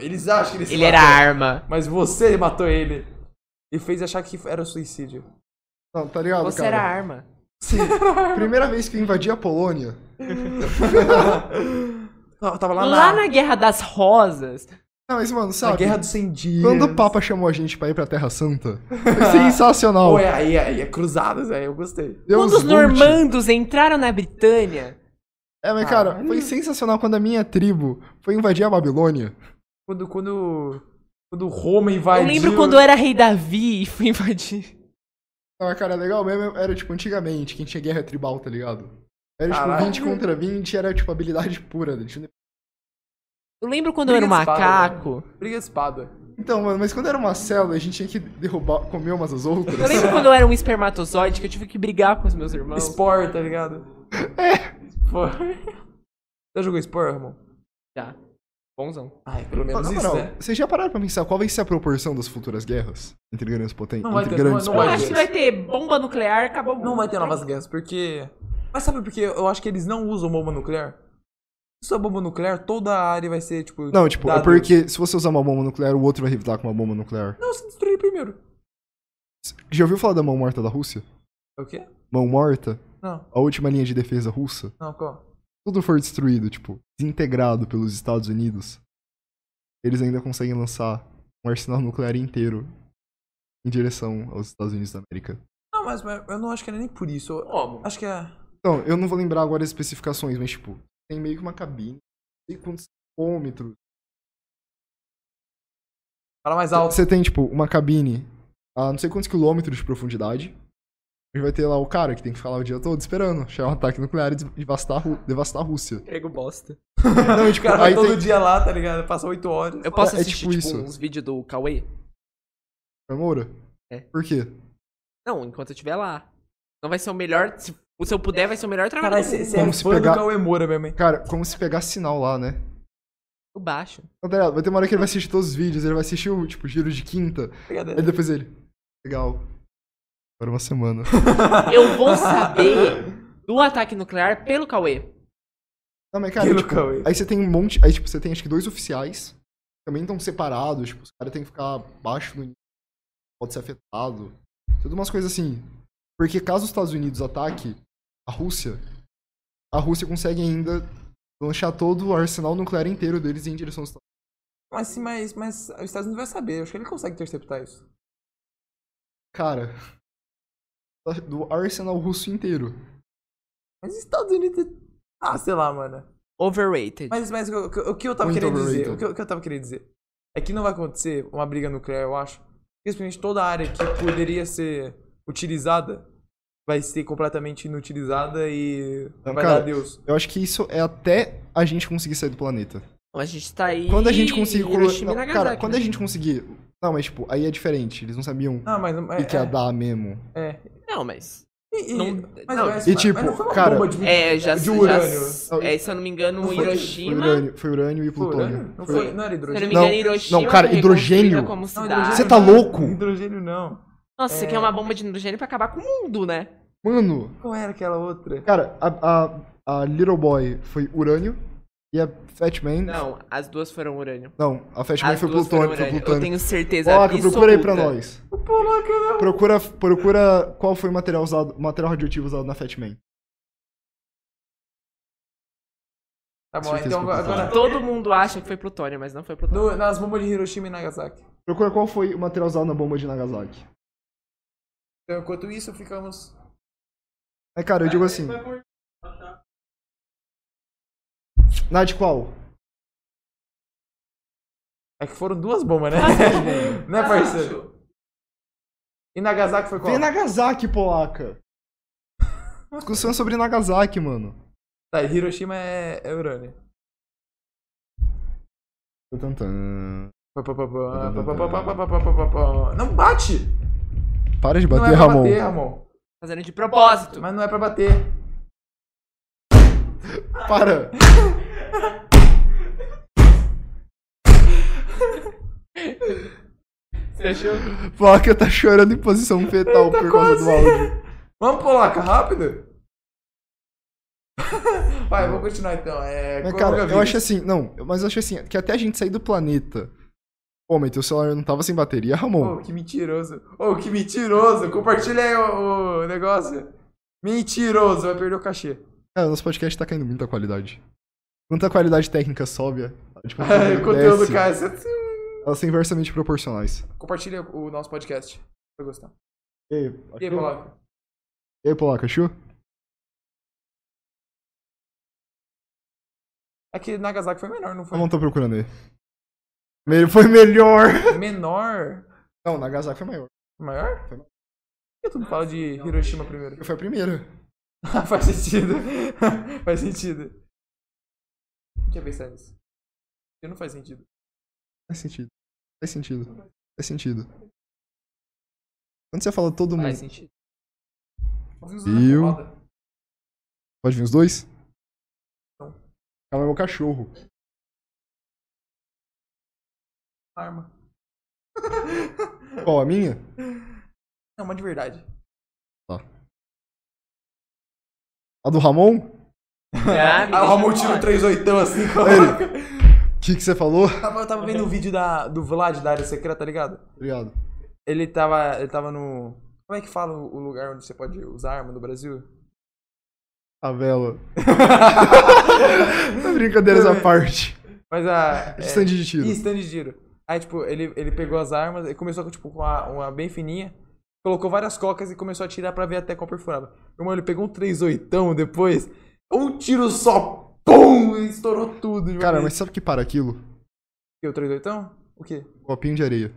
Speaker 2: Eles acham que ele se
Speaker 3: ele era
Speaker 2: matou,
Speaker 3: arma.
Speaker 2: Mas você matou ele. E fez achar que era
Speaker 1: (laughs)
Speaker 2: um suicídio.
Speaker 1: Não, tá ligado,
Speaker 3: Você
Speaker 1: cara?
Speaker 3: era arma.
Speaker 1: Primeira vez que eu invadi a Polônia.
Speaker 2: Eu tava lá,
Speaker 3: Lá
Speaker 2: na,
Speaker 3: na Guerra das Rosas,
Speaker 1: Não, mas, mano,
Speaker 2: na
Speaker 1: sabe?
Speaker 2: Guerra dos 100 Dias.
Speaker 1: Quando o Papa chamou a gente pra ir pra Terra
Speaker 3: (laughs)
Speaker 1: Santa, foi sensacional.
Speaker 2: Pô, é, aí, aí, é cruzadas, aí, eu gostei.
Speaker 1: Deus
Speaker 3: quando os
Speaker 1: lute.
Speaker 3: um normandos entraram na Britânia,
Speaker 1: É, mas, cara, foi sensacional quando a minha tribo foi invadir a Babilônia.
Speaker 2: Quando, quando, quando Roma invadiu...
Speaker 3: eu lembro quando eu era rei Davi e fui (laughs) invadir.
Speaker 1: Não, mas, cara, legal mesmo era, tipo, antigamente, quem tinha guerra tribal, tá ligado? Era, tipo,
Speaker 2: Caralho.
Speaker 1: 20 contra 20, era, tipo, habilidade pura. né? Tinha-
Speaker 3: Eu lembro quando eu
Speaker 2: Briga
Speaker 3: era um
Speaker 2: de espada,
Speaker 3: macaco.
Speaker 2: Briga de espada.
Speaker 1: Então, mano, mas quando era uma célula, a gente tinha que derrubar, comer umas às outras.
Speaker 3: Eu lembro quando eu era um espermatozoide que eu tive que brigar com os meus irmãos.
Speaker 2: Spore,
Speaker 1: (laughs)
Speaker 2: tá ligado?
Speaker 1: É.
Speaker 2: Spore. (laughs) Já jogou Spore, irmão?
Speaker 3: Já. Bonzão.
Speaker 2: Ai, pelo
Speaker 1: Não,
Speaker 2: menos
Speaker 1: na
Speaker 2: isso,
Speaker 1: moral,
Speaker 2: né?
Speaker 1: vocês já pararam pra pensar qual vai ser a proporção das futuras guerras entre grandes potências?
Speaker 2: Não vai
Speaker 1: Entre
Speaker 2: ter, não
Speaker 1: grandes
Speaker 2: vai-
Speaker 3: Eu
Speaker 2: não
Speaker 1: países?
Speaker 3: acho que vai ter bomba nuclear, acabou. o mundo.
Speaker 2: Não vai ter novas guerras, porque... Mas sabe por quê? Eu acho que eles não usam bomba nuclear. Se usar bomba nuclear, toda a área vai ser, tipo...
Speaker 1: Não, tipo, é
Speaker 2: dado-
Speaker 1: porque se você usar uma bomba nuclear, o outro vai revidar com uma bomba nuclear.
Speaker 2: Não, se destruir primeiro.
Speaker 1: Já ouviu falar da mão morta da Rússia?
Speaker 2: É o quê?
Speaker 1: Mão morta?
Speaker 2: Não,
Speaker 1: A última linha de defesa russa?
Speaker 2: não, qual?
Speaker 1: Tudo for destruído, tipo, desintegrado pelos Estados Unidos. Eles ainda conseguem lançar um arsenal nuclear inteiro em direção aos Estados Unidos da América.
Speaker 2: Não, mas, mas eu não acho que era nem por isso. Eu-
Speaker 3: Como?
Speaker 2: Acho que é...
Speaker 1: Então, eu não vou lembrar agora as especificações, mas, tipo, tem meio que uma cabine, não sei quantos quilômetros.
Speaker 2: Fala mais alto.
Speaker 1: Você tem, tipo, uma cabine a não sei quantos quilômetros de profundidade. E vai ter lá o cara que tem que ficar lá o dia todo esperando chegar um ataque nuclear e des- devastar, a Ru- devastar a
Speaker 2: (laughs)
Speaker 1: Rússia.
Speaker 3: Emprego bosta.
Speaker 1: Não, e,
Speaker 2: O
Speaker 1: tipo,
Speaker 2: cara vai
Speaker 1: aí
Speaker 2: todo
Speaker 1: tem...
Speaker 2: dia lá, tá ligado? Passa 8 horas.
Speaker 3: Eu posso
Speaker 1: É, é
Speaker 3: assistir,
Speaker 1: tipo
Speaker 3: tipo,
Speaker 1: isso.
Speaker 3: uns vídeos do Cauê?
Speaker 1: Moura?
Speaker 3: É.
Speaker 1: Por quê?
Speaker 3: Não, enquanto eu estiver lá. Não vai ser o melhor. Se, se eu puder, vai ser o melhor trabalho.
Speaker 2: Caralho,
Speaker 3: do
Speaker 2: você você
Speaker 3: mundo.
Speaker 2: é
Speaker 1: Como se
Speaker 2: fã
Speaker 1: pegar-
Speaker 2: do Cauê Moura mesmo, hein?
Speaker 1: Cara, como se pegar sinal lá, né?
Speaker 3: Eu baixo.
Speaker 1: Não, tá ligado? Vai ter uma hora que ele vai assistir todos os vídeos, ele vai assistir o, tipo, giro de quinta,
Speaker 2: Obrigado.
Speaker 1: aí depois ele... Legal. Agora uma
Speaker 2: (laughs)
Speaker 1: semana.
Speaker 3: Eu vou saber do ataque nuclear pelo Cauê.
Speaker 1: Não, mas cara,
Speaker 2: Pelo
Speaker 1: tipo,
Speaker 2: Cauê.
Speaker 1: aí você tem um monte. Aí, tipo, você tem acho que dois oficiais. que Também estão separados. Tipo, os caras têm que ficar baixo no nível. Pode ser afetado. Tudo umas coisas assim. Porque caso os Estados Unidos ataque a Rússia, a Rússia consegue ainda lanchar todo o arsenal nuclear inteiro deles em direção aos Estados
Speaker 2: Mas, sim, mas, mas os Estados Unidos vai saber. Acho que ele consegue interceptar isso.
Speaker 1: Cara. Do arsenal russo inteiro.
Speaker 2: Mas os Estados Unidos... Ah, sei lá, mano.
Speaker 3: Overrated.
Speaker 2: Mas, mas o, que- o que eu tava
Speaker 1: Muito
Speaker 2: querendo dizer,
Speaker 1: overrated.
Speaker 2: o que, eu- o que eu tava querendo dizer, é que não vai acontecer uma briga nuclear, eu acho. Simplesmente toda a área que poderia ser utilizada vai ser completamente inutilizada e
Speaker 1: Não,
Speaker 2: vai
Speaker 1: cara,
Speaker 2: dar Deus.
Speaker 1: Eu acho que isso é até a gente conseguir sair do planeta.
Speaker 3: A gente tá aí.
Speaker 1: Quando a gente conseguir. colo-
Speaker 3: Hiroshima
Speaker 1: Não,
Speaker 3: e
Speaker 1: cara,
Speaker 3: Nagasaki,
Speaker 1: quando
Speaker 3: né?
Speaker 1: a gente conseguir. Não, mas tipo, aí é diferente. Eles não sabiam
Speaker 2: Ah, mas não-
Speaker 1: o
Speaker 2: é,
Speaker 1: que, que ia dar mesmo.
Speaker 2: é, é.
Speaker 3: Não, mas.
Speaker 2: E, e-
Speaker 3: Não-
Speaker 2: mas
Speaker 3: não.
Speaker 2: mas-
Speaker 1: E,
Speaker 2: mas-
Speaker 1: tipo,
Speaker 2: mas não foi uma
Speaker 1: cara,
Speaker 2: bomba de-
Speaker 3: É, já.
Speaker 2: De
Speaker 3: já-
Speaker 2: urânio.
Speaker 3: é, se eu não me engano,
Speaker 2: Não foi-
Speaker 1: Foi
Speaker 3: Hiroshima.
Speaker 1: urânio, foi urânio e
Speaker 2: Foi
Speaker 1: plutônio.
Speaker 2: urânio? Não
Speaker 1: Foi-
Speaker 2: foi, não era
Speaker 3: Se eu não
Speaker 2: hidrogênio.
Speaker 3: me engano,
Speaker 1: Não,
Speaker 3: Hiroshima.
Speaker 1: não, cara,
Speaker 3: foi reconstruída
Speaker 1: hidrogênio.
Speaker 3: Como
Speaker 2: Não,
Speaker 3: cidade.
Speaker 2: hidrogênio
Speaker 1: Você tá
Speaker 2: não.
Speaker 1: louco?
Speaker 2: Hidrogênio não.
Speaker 3: Nossa, isso aqui é uma bomba de hidrogênio pra acabar com o mundo, né?
Speaker 1: Mano,
Speaker 2: Qual era aquela outra?
Speaker 1: cara, a, a, a Little Boy foi urânio e a Fat Man.
Speaker 3: Não, as duas foram urânio.
Speaker 1: Não, a Fat Man
Speaker 3: As
Speaker 1: foi
Speaker 3: duas
Speaker 1: plutônio, foi
Speaker 3: foram urânio. Eu
Speaker 1: plutônio.
Speaker 3: tenho certeza
Speaker 1: Coloca, procura aí pra
Speaker 3: absoluta.
Speaker 1: nós. Procura, procura qual foi o material usado, material radioativo usado na Fat Man.
Speaker 2: Tá bom,
Speaker 1: certeza
Speaker 2: então
Speaker 1: que eu
Speaker 2: agora.
Speaker 3: Todo mundo acha que foi plutônio, mas não foi plutônio.
Speaker 2: no- nas bombas de Hiroshima e Nagasaki.
Speaker 1: Procura qual foi o material usado na bomba de Nagasaki.
Speaker 2: Então, enquanto isso, ficamos.
Speaker 1: É, cara, eu digo assim, na de qual?
Speaker 2: É que foram duas bombas, né? (laughs) né,
Speaker 3: Tá
Speaker 2: parceiro? E Nagasaki foi qual?
Speaker 1: Vem Nagasaki,
Speaker 3: (laughs)
Speaker 1: polaca! Discussão sobre Nagasaki, mano.
Speaker 2: Tá, Hiroshima é, é urânio.
Speaker 1: Tô tentando.
Speaker 2: Pá, pá, pá, pá, pá, pá, pá, pá, pá, pá, pá, pá. Não bate!
Speaker 1: Para de
Speaker 2: Não é
Speaker 1: bater,
Speaker 2: pra
Speaker 1: Ramon.
Speaker 2: bater, Ramon.
Speaker 3: Fazendo de propósito.
Speaker 2: Mas não é pra bater.
Speaker 1: Para!
Speaker 3: Você achou?
Speaker 1: Polaca tá chorando em posição
Speaker 2: tá
Speaker 1: fetal por causa do
Speaker 2: (laughs)
Speaker 1: áudio.
Speaker 2: Vamos, Polaca, rápido! (laughs) Vai, vamos continuar então. É,
Speaker 1: Mas, cara, eu
Speaker 2: coronavírus.
Speaker 1: acho assim, não, eu- mas eu acho assim, que até a gente sair do planeta. Pô, mas teu celular não tava sem bateria, Ramon.
Speaker 2: Oh, que mentiroso. Oh, que mentiroso. Compartilha aí o, o negócio. Mentiroso, vai perder o cachê.
Speaker 1: Cara, nosso podcast tá caindo muita qualidade. Quanta qualidade técnica sobe, a de
Speaker 2: o (laughs) conteúdo
Speaker 1: desce,
Speaker 2: cai. Você-
Speaker 1: Elas são inversamente proporcionais.
Speaker 2: Compartilha o nosso podcast. Vai gostar.
Speaker 1: E aí,
Speaker 2: E aí,
Speaker 1: achou?
Speaker 2: Polaco?
Speaker 1: E aí, Então Polaca, achou?
Speaker 2: É que Nagasaki foi menor, não foi? (laughs)
Speaker 1: Eu não tô procurando ele. Me- Foi melhor! (laughs)
Speaker 2: Menor?
Speaker 1: Não, Nagasaki foi maior.
Speaker 2: Maior?
Speaker 1: Foi
Speaker 2: Por que tu não fala de Hiroshima primeiro?
Speaker 1: Foi a primeira.
Speaker 2: Ah, (laughs) Faz sentido. faz sentido. (laughs) Não tinha pensado nisso. Porque Não faz sentido.
Speaker 1: Faz sentido. Faz sentido. Faz sentido. Quando você fala todo mundo,
Speaker 3: Faz sentido.
Speaker 2: Ouvimos
Speaker 1: Viu?
Speaker 2: uma porrada.
Speaker 1: pode vir os dois?
Speaker 2: Não.
Speaker 1: Calma, é meu cachorro.
Speaker 2: Arma.
Speaker 1: Qual, a minha?
Speaker 2: Não, mas de verdade.
Speaker 1: A do Ramon?
Speaker 3: Ah, me
Speaker 2: Ah, o
Speaker 3: deixa
Speaker 2: Ramon tira um
Speaker 3: fora.
Speaker 2: 3 oitão
Speaker 1: (laughs)
Speaker 2: assim,
Speaker 1: Ele. O que, que você falou? (laughs)
Speaker 2: Eu tava, eu tava vendo o vídeo da, do Vlad da área secreta, tá ligado?
Speaker 1: Obrigado.
Speaker 2: Ele tava. Ele tava no. Como é que fala o o lugar onde você pode usar arma no Brasil?
Speaker 1: Favela. Brincadeiras à parte.
Speaker 2: Mas (laughs) a. é-
Speaker 1: Estande de tiro.
Speaker 2: Ih, stand de tiro. Aí, tipo, ele, ele pegou as armas e começou com, tipo, com uma, uma bem fininha. Colocou várias cocas e começou a atirar pra ver até qual perfurava. Meu mano, ele pegou um 3 oitão depois. Um tiro só. Pum! E estourou tudo. de uma
Speaker 1: Cara,
Speaker 2: vez.
Speaker 1: mas sabe o que para aquilo?
Speaker 2: Que, O 3 oitão? O quê?
Speaker 1: Copinho de areia.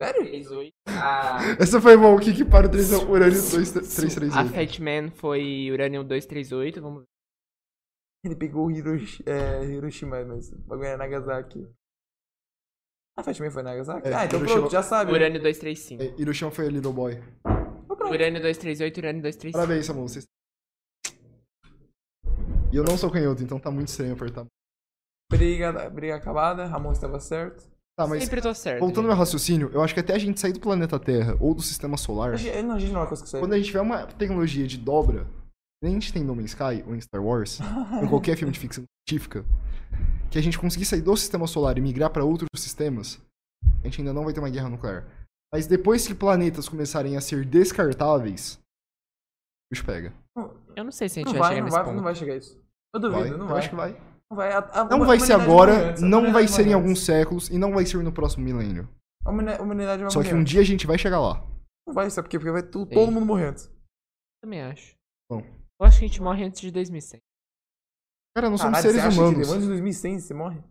Speaker 2: Sério?
Speaker 3: 38. A,
Speaker 1: Essa foi bom. O que, que para o 3 Urânio 233?
Speaker 3: a Fat Man foi Urânio 238. Vamos ver.
Speaker 2: Ele pegou o Hiroshi, é, Hiroshima, mas o bagulho era Nagasaki. Ah, Fatman foi Nagasaki?
Speaker 1: É,
Speaker 2: ah, então
Speaker 1: Hiroshima-
Speaker 2: pronto, já sabe.
Speaker 3: Urânio 235.
Speaker 1: É, Hiroshima foi a Little Boy.
Speaker 2: Então pronto.
Speaker 3: Urânio 238, Urânio 235.
Speaker 1: Parabéns, Samu. Vocês... E eu não sou canhoto, então tá muito estranho apertar.
Speaker 2: Briga, briga acabada, Ramon estava certo.
Speaker 1: Tá, mas
Speaker 3: Sempre tô certo.
Speaker 2: né?
Speaker 1: voltando ao
Speaker 3: gente.
Speaker 1: meu raciocínio, eu acho que até a gente sair do planeta Terra ou do sistema solar,
Speaker 2: A gente- Não, a gente não vai conseguir sair.
Speaker 1: quando a gente tiver uma tecnologia de dobra, nem a gente tem no Man's Sky ou em Star Wars, ou em qualquer filme de ficção científica, que a gente conseguir sair do sistema solar e migrar pra outros sistemas, a gente ainda não vai ter uma guerra nuclear. Mas depois que planetas começarem a ser descartáveis, o bicho pega.
Speaker 3: Eu não sei se a gente
Speaker 2: Não
Speaker 3: vai,
Speaker 2: vai,
Speaker 3: chegar
Speaker 2: não
Speaker 3: nesse
Speaker 2: vai,
Speaker 3: ponto.
Speaker 2: não vai chegar isso. Eu
Speaker 1: Vai?
Speaker 2: duvido, não
Speaker 1: Eu
Speaker 2: vai.
Speaker 1: acho que vai.
Speaker 2: Não vai, a- a-
Speaker 1: Não
Speaker 2: a
Speaker 1: vai ser
Speaker 2: humanidade morre
Speaker 1: agora,
Speaker 2: antes, a
Speaker 1: não vai
Speaker 2: humanidade
Speaker 1: ser em
Speaker 2: morre
Speaker 1: alguns
Speaker 2: antes.
Speaker 1: séculos e não vai ser no próximo milênio.
Speaker 2: A humani- a humanidade vai
Speaker 1: Só que
Speaker 2: morrer
Speaker 1: um
Speaker 2: antes.
Speaker 1: dia a gente vai chegar lá.
Speaker 2: Não vai, sabe por quê? Porque vai tu-
Speaker 3: Ei.
Speaker 2: todo mundo morrer antes.
Speaker 3: também acho.
Speaker 1: Bom.
Speaker 3: Eu acho que a gente morre antes de 2100.
Speaker 1: Cara, nós somos
Speaker 2: Caralho, você
Speaker 1: seres
Speaker 2: acha
Speaker 1: humanos.
Speaker 2: que antes de 2100 você morre?
Speaker 1: Nós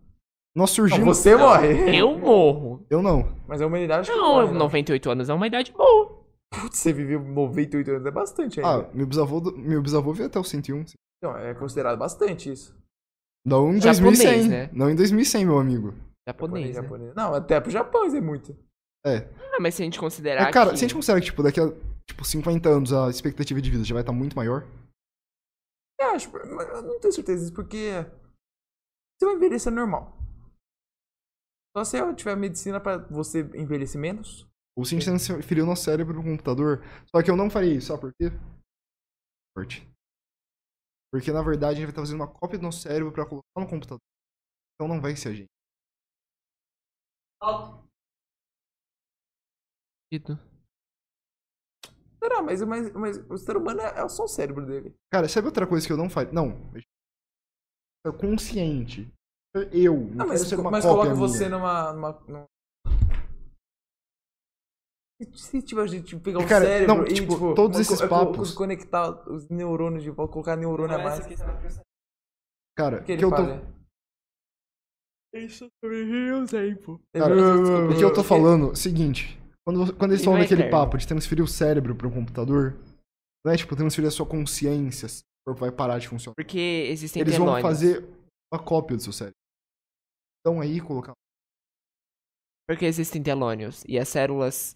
Speaker 2: Não,
Speaker 1: surgimos.
Speaker 2: você morre.
Speaker 3: Eu morro.
Speaker 1: Eu não.
Speaker 2: Mas a humanidade acho que
Speaker 3: Não,
Speaker 2: morre, né?
Speaker 3: 98 anos é uma idade boa.
Speaker 2: Putz, você viveu 98 anos, é bastante ainda.
Speaker 1: Ah, meu bisavô, do- meu bisavô veio até o 101.
Speaker 2: Então, é considerado bastante isso.
Speaker 1: Não em
Speaker 3: Japonês,
Speaker 1: 2100.
Speaker 3: né?
Speaker 1: Não em 2100, meu amigo.
Speaker 3: Japonês, né?
Speaker 2: japonês. Não, até pro Japão isso é muito.
Speaker 3: Ah, mas se a gente considerar
Speaker 1: Mas, É, cara,
Speaker 3: que...
Speaker 1: se a gente considera que, tipo, daqui a tipo, 50 anos a expectativa de vida já vai estar muito maior.
Speaker 2: Eu acho, mas eu não tenho certeza disso, porque você vai envelhecer normal. Só se eu tiver medicina pra você envelhecer menos.
Speaker 1: Ou se a gente transferiu nosso cérebro pro computador. Só que eu não faria isso, sabe por quê? Forte. Porque, na verdade, a gente vai estar fazendo uma cópia do nosso cérebro pra colocar no computador. Então não vai ser a gente.
Speaker 3: Dito.
Speaker 2: Será, mas, mas, mas o ser humano é, é só o cérebro dele.
Speaker 1: Cara, sabe outra coisa que eu não faria? Não. Eu consciente. Eu. Não,
Speaker 2: Não,
Speaker 1: quero
Speaker 2: mas,
Speaker 1: ser uma
Speaker 2: mas
Speaker 1: cópia
Speaker 2: coloca
Speaker 1: minha.
Speaker 2: você numa. numa, numa- Se- Se tiver gente tipo, pegar o
Speaker 1: Cara,
Speaker 2: cérebro
Speaker 1: não,
Speaker 2: e
Speaker 1: tipo,
Speaker 2: tipo,
Speaker 1: todos
Speaker 2: uma-
Speaker 1: esses
Speaker 2: co- co-
Speaker 1: papos-
Speaker 2: Conectar os neurônios de volta, colocar neurônio
Speaker 3: é
Speaker 2: a mais.
Speaker 5: Parece que tá pensando
Speaker 1: Cara,
Speaker 2: O que
Speaker 1: que
Speaker 2: ele
Speaker 1: eu tô,
Speaker 2: fala?
Speaker 3: Isso também é o tempo.
Speaker 1: Cara,
Speaker 2: assim, Desculpa,
Speaker 1: o que eu tô
Speaker 2: porque-
Speaker 1: falando, seguinte. Quando, você- quando eles
Speaker 3: E
Speaker 1: estão
Speaker 2: é
Speaker 3: vai
Speaker 1: naquele
Speaker 3: eterno.
Speaker 1: papo de transferir o cérebro pro computador, não é tipo transferir a sua consciência, se o corpo vai parar de funcionar.
Speaker 3: Porque existem
Speaker 1: eles vão
Speaker 3: telônios.
Speaker 1: fazer uma cópia do seu cérebro. Então aí colocar.
Speaker 3: Porque existem telônios. E as células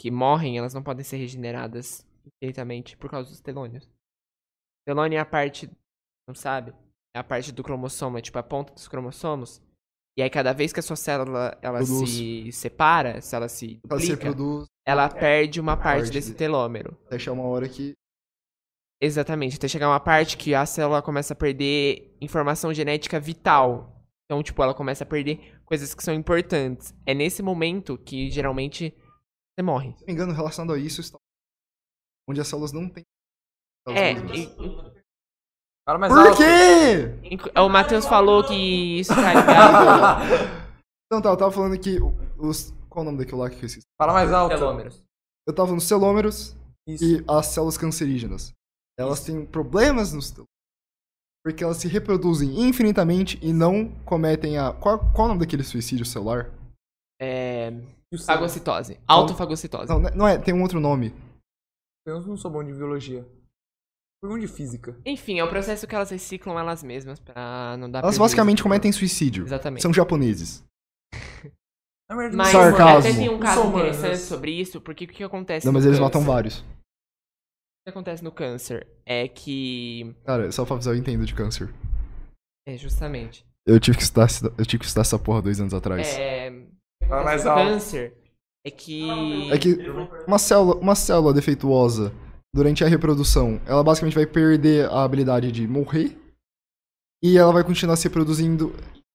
Speaker 3: que morrem, elas não podem ser regeneradas infinitamente por causa dos telônios. Telônio é a parte. Não sabe? É a parte do cromossomo, é tipo a ponta dos cromossomos. E aí cada vez que a sua célula ela
Speaker 1: Produz.
Speaker 3: se separa, se ela se
Speaker 1: Pra ser
Speaker 3: duplica,
Speaker 1: produz, É.
Speaker 3: ela perde uma parte
Speaker 1: parte
Speaker 3: desse
Speaker 1: dele.
Speaker 3: telômero.
Speaker 1: até chegar uma hora que.
Speaker 3: Exatamente, até chegar uma parte que a célula começa a perder informação genética vital. Então, tipo, ela começa a perder coisas que são importantes. É nesse momento que geralmente você morre.
Speaker 1: Se não me engano, relacionado a isso, está... onde as células não têm.
Speaker 3: É,
Speaker 1: Elas não-
Speaker 3: e-
Speaker 2: Fala mais
Speaker 1: Por
Speaker 2: alto.
Speaker 1: quê?
Speaker 3: Inc- O Matheus falou que isso tá
Speaker 2: (laughs)
Speaker 3: ligado
Speaker 1: Não, tá, eu tava falando que os. Qual o nome daquilo lá que eu esqueci?
Speaker 2: (laughs) Fala mais
Speaker 3: com
Speaker 2: alto.
Speaker 3: telômeros.
Speaker 1: Eu tava falando telômeros
Speaker 2: Isso.
Speaker 1: e as células cancerígenas. Elas têm problemas nos telômeros. Porque elas se reproduzem infinitamente e não cometem a. Qual, qual o nome daquele suicídio celular?
Speaker 3: É,
Speaker 2: E o cérebro?
Speaker 3: fagocitose, autofagocitose.
Speaker 1: Não, não é, tem um outro nome.
Speaker 2: Eu não sou bom de biologia. Fui bom de física.
Speaker 3: Enfim, é o processo que elas reciclam elas mesmas pra não dar
Speaker 1: Elas
Speaker 3: prejuízo
Speaker 1: basicamente
Speaker 3: pro corpo.
Speaker 1: cometem suicídio.
Speaker 3: né? Exatamente.
Speaker 1: São japoneses.
Speaker 2: Na verdade,
Speaker 3: Mas
Speaker 2: não sou bom.
Speaker 1: é Sarcasmo.
Speaker 3: até tem um
Speaker 2: Não
Speaker 3: caso
Speaker 2: sou humano,
Speaker 3: interessante
Speaker 2: né?
Speaker 3: sobre isso, porque é o que que acontece
Speaker 1: Não,
Speaker 3: no
Speaker 1: mas eles
Speaker 3: câncer?
Speaker 1: matam vários.
Speaker 3: O que acontece no câncer é que...
Speaker 1: Cara, só pra avisar, eu entendo de câncer.
Speaker 3: É, justamente.
Speaker 1: Eu tive que estudar, essa- eu tive que estudar essa porra dois anos atrás.
Speaker 3: É,
Speaker 2: Fala mais
Speaker 3: o
Speaker 2: alto.
Speaker 3: câncer é que...
Speaker 1: É que uma célula, uma célula defeituosa, durante a reprodução, ela basicamente vai perder a habilidade de morrer. E ela vai continuar se reproduzindo.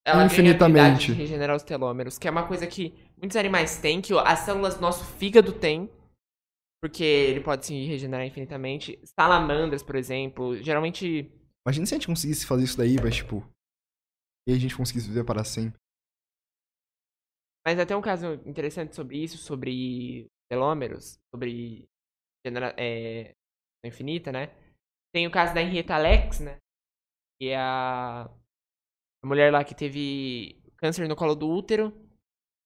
Speaker 3: ela
Speaker 1: infinitamente.
Speaker 3: Tem a habilidade de regenerar os telômeros, que é uma coisa que muitos animais têm, que as células do nosso fígado têm, porque ele pode se regenerar infinitamente. Salamandras, por exemplo, geralmente...
Speaker 1: Imagina se a gente conseguisse fazer isso daí, mas tipo. E a gente conseguisse viver para sempre.
Speaker 3: Mas até um caso interessante sobre isso, sobre telômeros, sobre genera- é, infinita, né? Tem o caso da Henrietta Lex, né? Que é a, a mulher lá que teve câncer no colo do útero.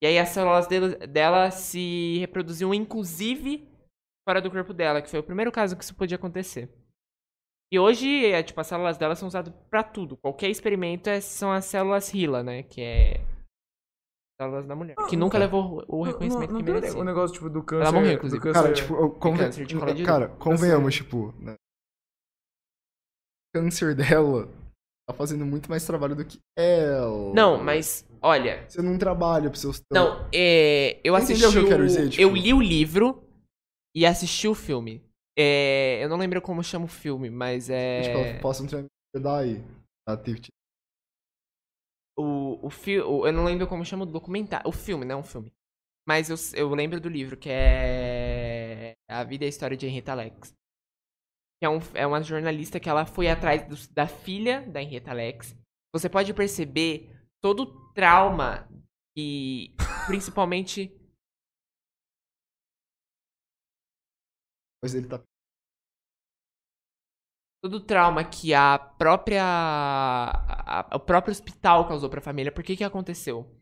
Speaker 3: E aí as células dela, dela se reproduziam, inclusive, fora do corpo dela, que foi o primeiro caso que isso podia acontecer. E hoje, é, tipo, as células dela são usadas pra tudo. Qualquer experimento é- são as células HeLa, né? Que é células da mulher. Que nunca
Speaker 1: tá.
Speaker 3: levou o
Speaker 2: Ah, então. Não-
Speaker 3: reconhecimento
Speaker 2: não,
Speaker 3: que
Speaker 2: não tem
Speaker 3: merecia.
Speaker 2: O negócio, tipo, do câncer.
Speaker 3: morreu,
Speaker 2: do
Speaker 3: inclusive.
Speaker 2: câncer-
Speaker 1: Cara, tipo, eu conven-
Speaker 3: câncer de colo de
Speaker 1: cara, convenhamos, tipo. né? Câncer dela Tá fazendo muito mais trabalho do que ela.
Speaker 3: Não, mas, olha.
Speaker 1: Você não trabalha pros seus trampos.
Speaker 3: Não, é, eu assisti.
Speaker 1: Então, Entendeu o que eu
Speaker 3: o-
Speaker 1: quero dizer, tipo?
Speaker 3: eu li o livro e assisti o filme. É, eu não lembro como chama o filme, mas
Speaker 1: Tipo,
Speaker 3: é.
Speaker 1: eu faço um treinamento de Jedi. Tá, tipo, tipo,
Speaker 3: O, o filme. Eu não lembro como chama o documentário. O filme, não é um filme. Mas eu, eu lembro do livro, que é. A Vida e a História de Henrietta Lacks. Que é, um, é uma jornalista que ela foi atrás dos- da filha da Henrietta Lacks. Você pode perceber todo o trauma e principalmente.
Speaker 1: Mas ele tá.
Speaker 3: todo o trauma que a própria a- a- o próprio hospital causou pra família. Por que que aconteceu?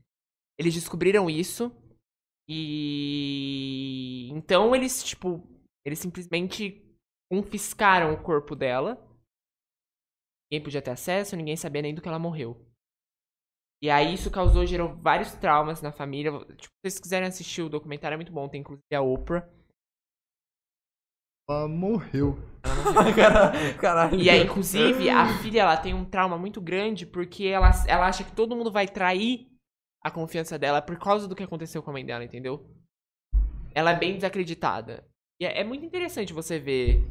Speaker 3: Eles descobriram isso e então eles tipo eles simplesmente confiscaram o corpo dela. Ninguém podia ter acesso, ninguém sabia nem do que ela morreu. E aí isso causou, gerou vários traumas na família. Tipo, se vocês quiserem assistir o documentário, é muito bom. Tem inclusive a Oprah.
Speaker 1: Ela morreu. tipo, (laughs)
Speaker 2: Cara- Caralho.
Speaker 3: E aí, inclusive, a filha ela tem um trauma muito grande porque ela, ela acha que todo mundo vai trair a confiança dela por causa do que aconteceu com a mãe dela, entendeu? Ela é bem desacreditada. E é, é muito interessante você ver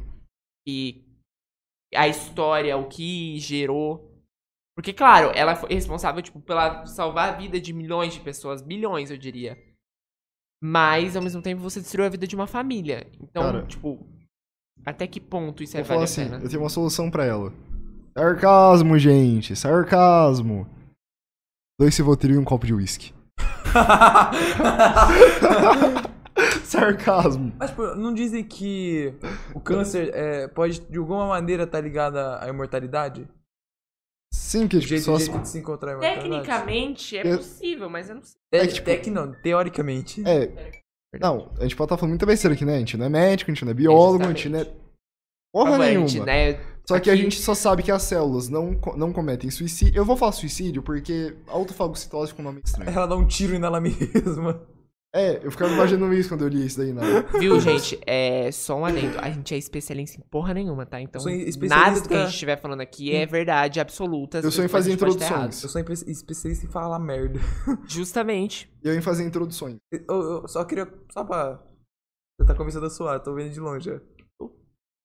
Speaker 3: que a história, o que gerou. Porque, claro, ela foi responsável, tipo, pela salvar a vida de milhões de pessoas, bilhões, eu diria. Mas, ao mesmo tempo, você destruiu a vida de uma família. Então,
Speaker 1: Cara.
Speaker 3: tipo, até que ponto isso é
Speaker 1: Vou falar
Speaker 3: vale a
Speaker 1: assim,
Speaker 3: pena?
Speaker 1: eu tenho uma solução pra ela. É Sarcasmo, gente. é Sarcasmo. Dois civotril e um copo de uísque. (laughs) Sarcasmo.
Speaker 2: (laughs) Mas, tipo, não dizem que o câncer é, pode, de alguma maneira, estar tá ligado à à imortalidade?
Speaker 1: Sim, que
Speaker 2: O
Speaker 1: tipo,
Speaker 2: jeito,
Speaker 1: suas...
Speaker 2: jeito de se encontrar a imortalidade?
Speaker 3: Tecnicamente é
Speaker 1: Eu-
Speaker 3: possível, mas eu não sei.
Speaker 2: Te-
Speaker 1: É que, tipo-
Speaker 2: tec- não, teoricamente.
Speaker 1: É. Não, a gente pode estar falando muita besteira aqui, né? A gente não é médico, a gente não é biólogo, a gente não é porra
Speaker 3: Agora, a
Speaker 1: nenhuma.
Speaker 3: gente, né?
Speaker 1: Só que a
Speaker 3: Aqui-
Speaker 1: gente só sabe que as células não, co- não cometem suicídio. Eu vou falar suicídio porque autofagocitose com nome estranho.
Speaker 2: Ela dá um tiro nela (laughs) mesma.
Speaker 1: É, eu ficava imaginando isso quando eu li isso daí né? na.
Speaker 3: Viu, gente? É só um adendo. A gente é especialista em porra nenhuma, tá? Então,
Speaker 2: Eu sou
Speaker 3: nada do que
Speaker 2: especialista-
Speaker 3: a gente estiver falando aqui é verdade absoluta.
Speaker 1: Hum. Eu sou em fazer
Speaker 3: A gente pode estar
Speaker 1: introduções.
Speaker 2: Eu sou espe- especialista em falar merda.
Speaker 3: errado. Justamente.
Speaker 1: E eu em fazer introduções.
Speaker 2: Eu, eu só queria. Só pra. Você tá começando a suar, tô vendo de longe. ó.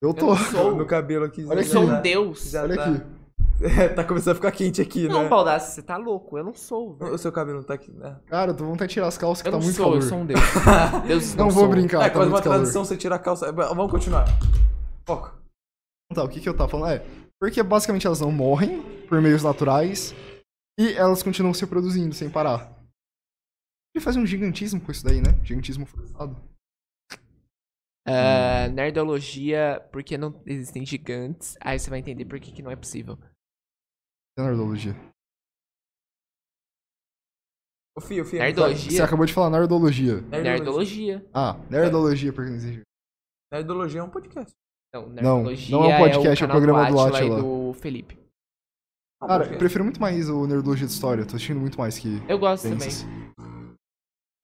Speaker 1: Eu tô.
Speaker 2: No cabelo aqui.
Speaker 1: Olha
Speaker 2: já-
Speaker 3: Eu
Speaker 1: aqui.
Speaker 2: já
Speaker 3: sou um
Speaker 2: tá-
Speaker 3: deus.
Speaker 2: já
Speaker 1: Olha
Speaker 2: tá-
Speaker 1: aqui.
Speaker 2: (laughs) É, tá começando a ficar quente aqui,
Speaker 3: Não,
Speaker 2: né?
Speaker 3: Baldassi, você tá louco. Eu não sou. velho.
Speaker 2: O seu cabelo não tá aqui, né?
Speaker 1: Cara, eu tô vontade de tirar as calças que
Speaker 3: Eu
Speaker 1: tá
Speaker 3: não
Speaker 1: muito
Speaker 3: sou,
Speaker 1: calor.
Speaker 3: eu sou
Speaker 1: (laughs)
Speaker 3: um deus. Deus
Speaker 1: Não vou
Speaker 3: sou. um
Speaker 1: brincar,
Speaker 2: é
Speaker 1: tá
Speaker 2: quase
Speaker 1: muito
Speaker 2: uma
Speaker 1: calor.
Speaker 2: tradição você tirar a calça. Ba- Vamos continuar. Foco.
Speaker 1: Tá, o que que eu tava falando? É, porque basicamente elas não morrem por meios naturais e elas continuam se produzindo sem parar. E faz um gigantismo com isso daí, né? Gigantismo forçado.
Speaker 3: Ah, nerdologia, porque não existem gigantes. Aí você vai entender por que, que não é possível.
Speaker 1: É nerdologia.
Speaker 2: Ô, é Fio, Fio.
Speaker 1: Você
Speaker 3: Nerdologia.
Speaker 1: acabou de falar nerdologia.
Speaker 3: Nerdologia.
Speaker 1: Ah,
Speaker 2: É.
Speaker 1: nerdologia porque não existe.
Speaker 2: Nerdologia é um podcast.
Speaker 3: Não,
Speaker 1: Não,
Speaker 3: Então, Nerdologia
Speaker 1: não é um podcast, é o
Speaker 3: canal
Speaker 1: programa do
Speaker 3: e
Speaker 1: Átila.
Speaker 3: do Felipe.
Speaker 2: É um
Speaker 1: Cara, eu
Speaker 2: podcast.
Speaker 1: prefiro muito mais o nerdologia de história. Tô assistindo muito mais que.
Speaker 3: Eu gosto também.
Speaker 1: Densas.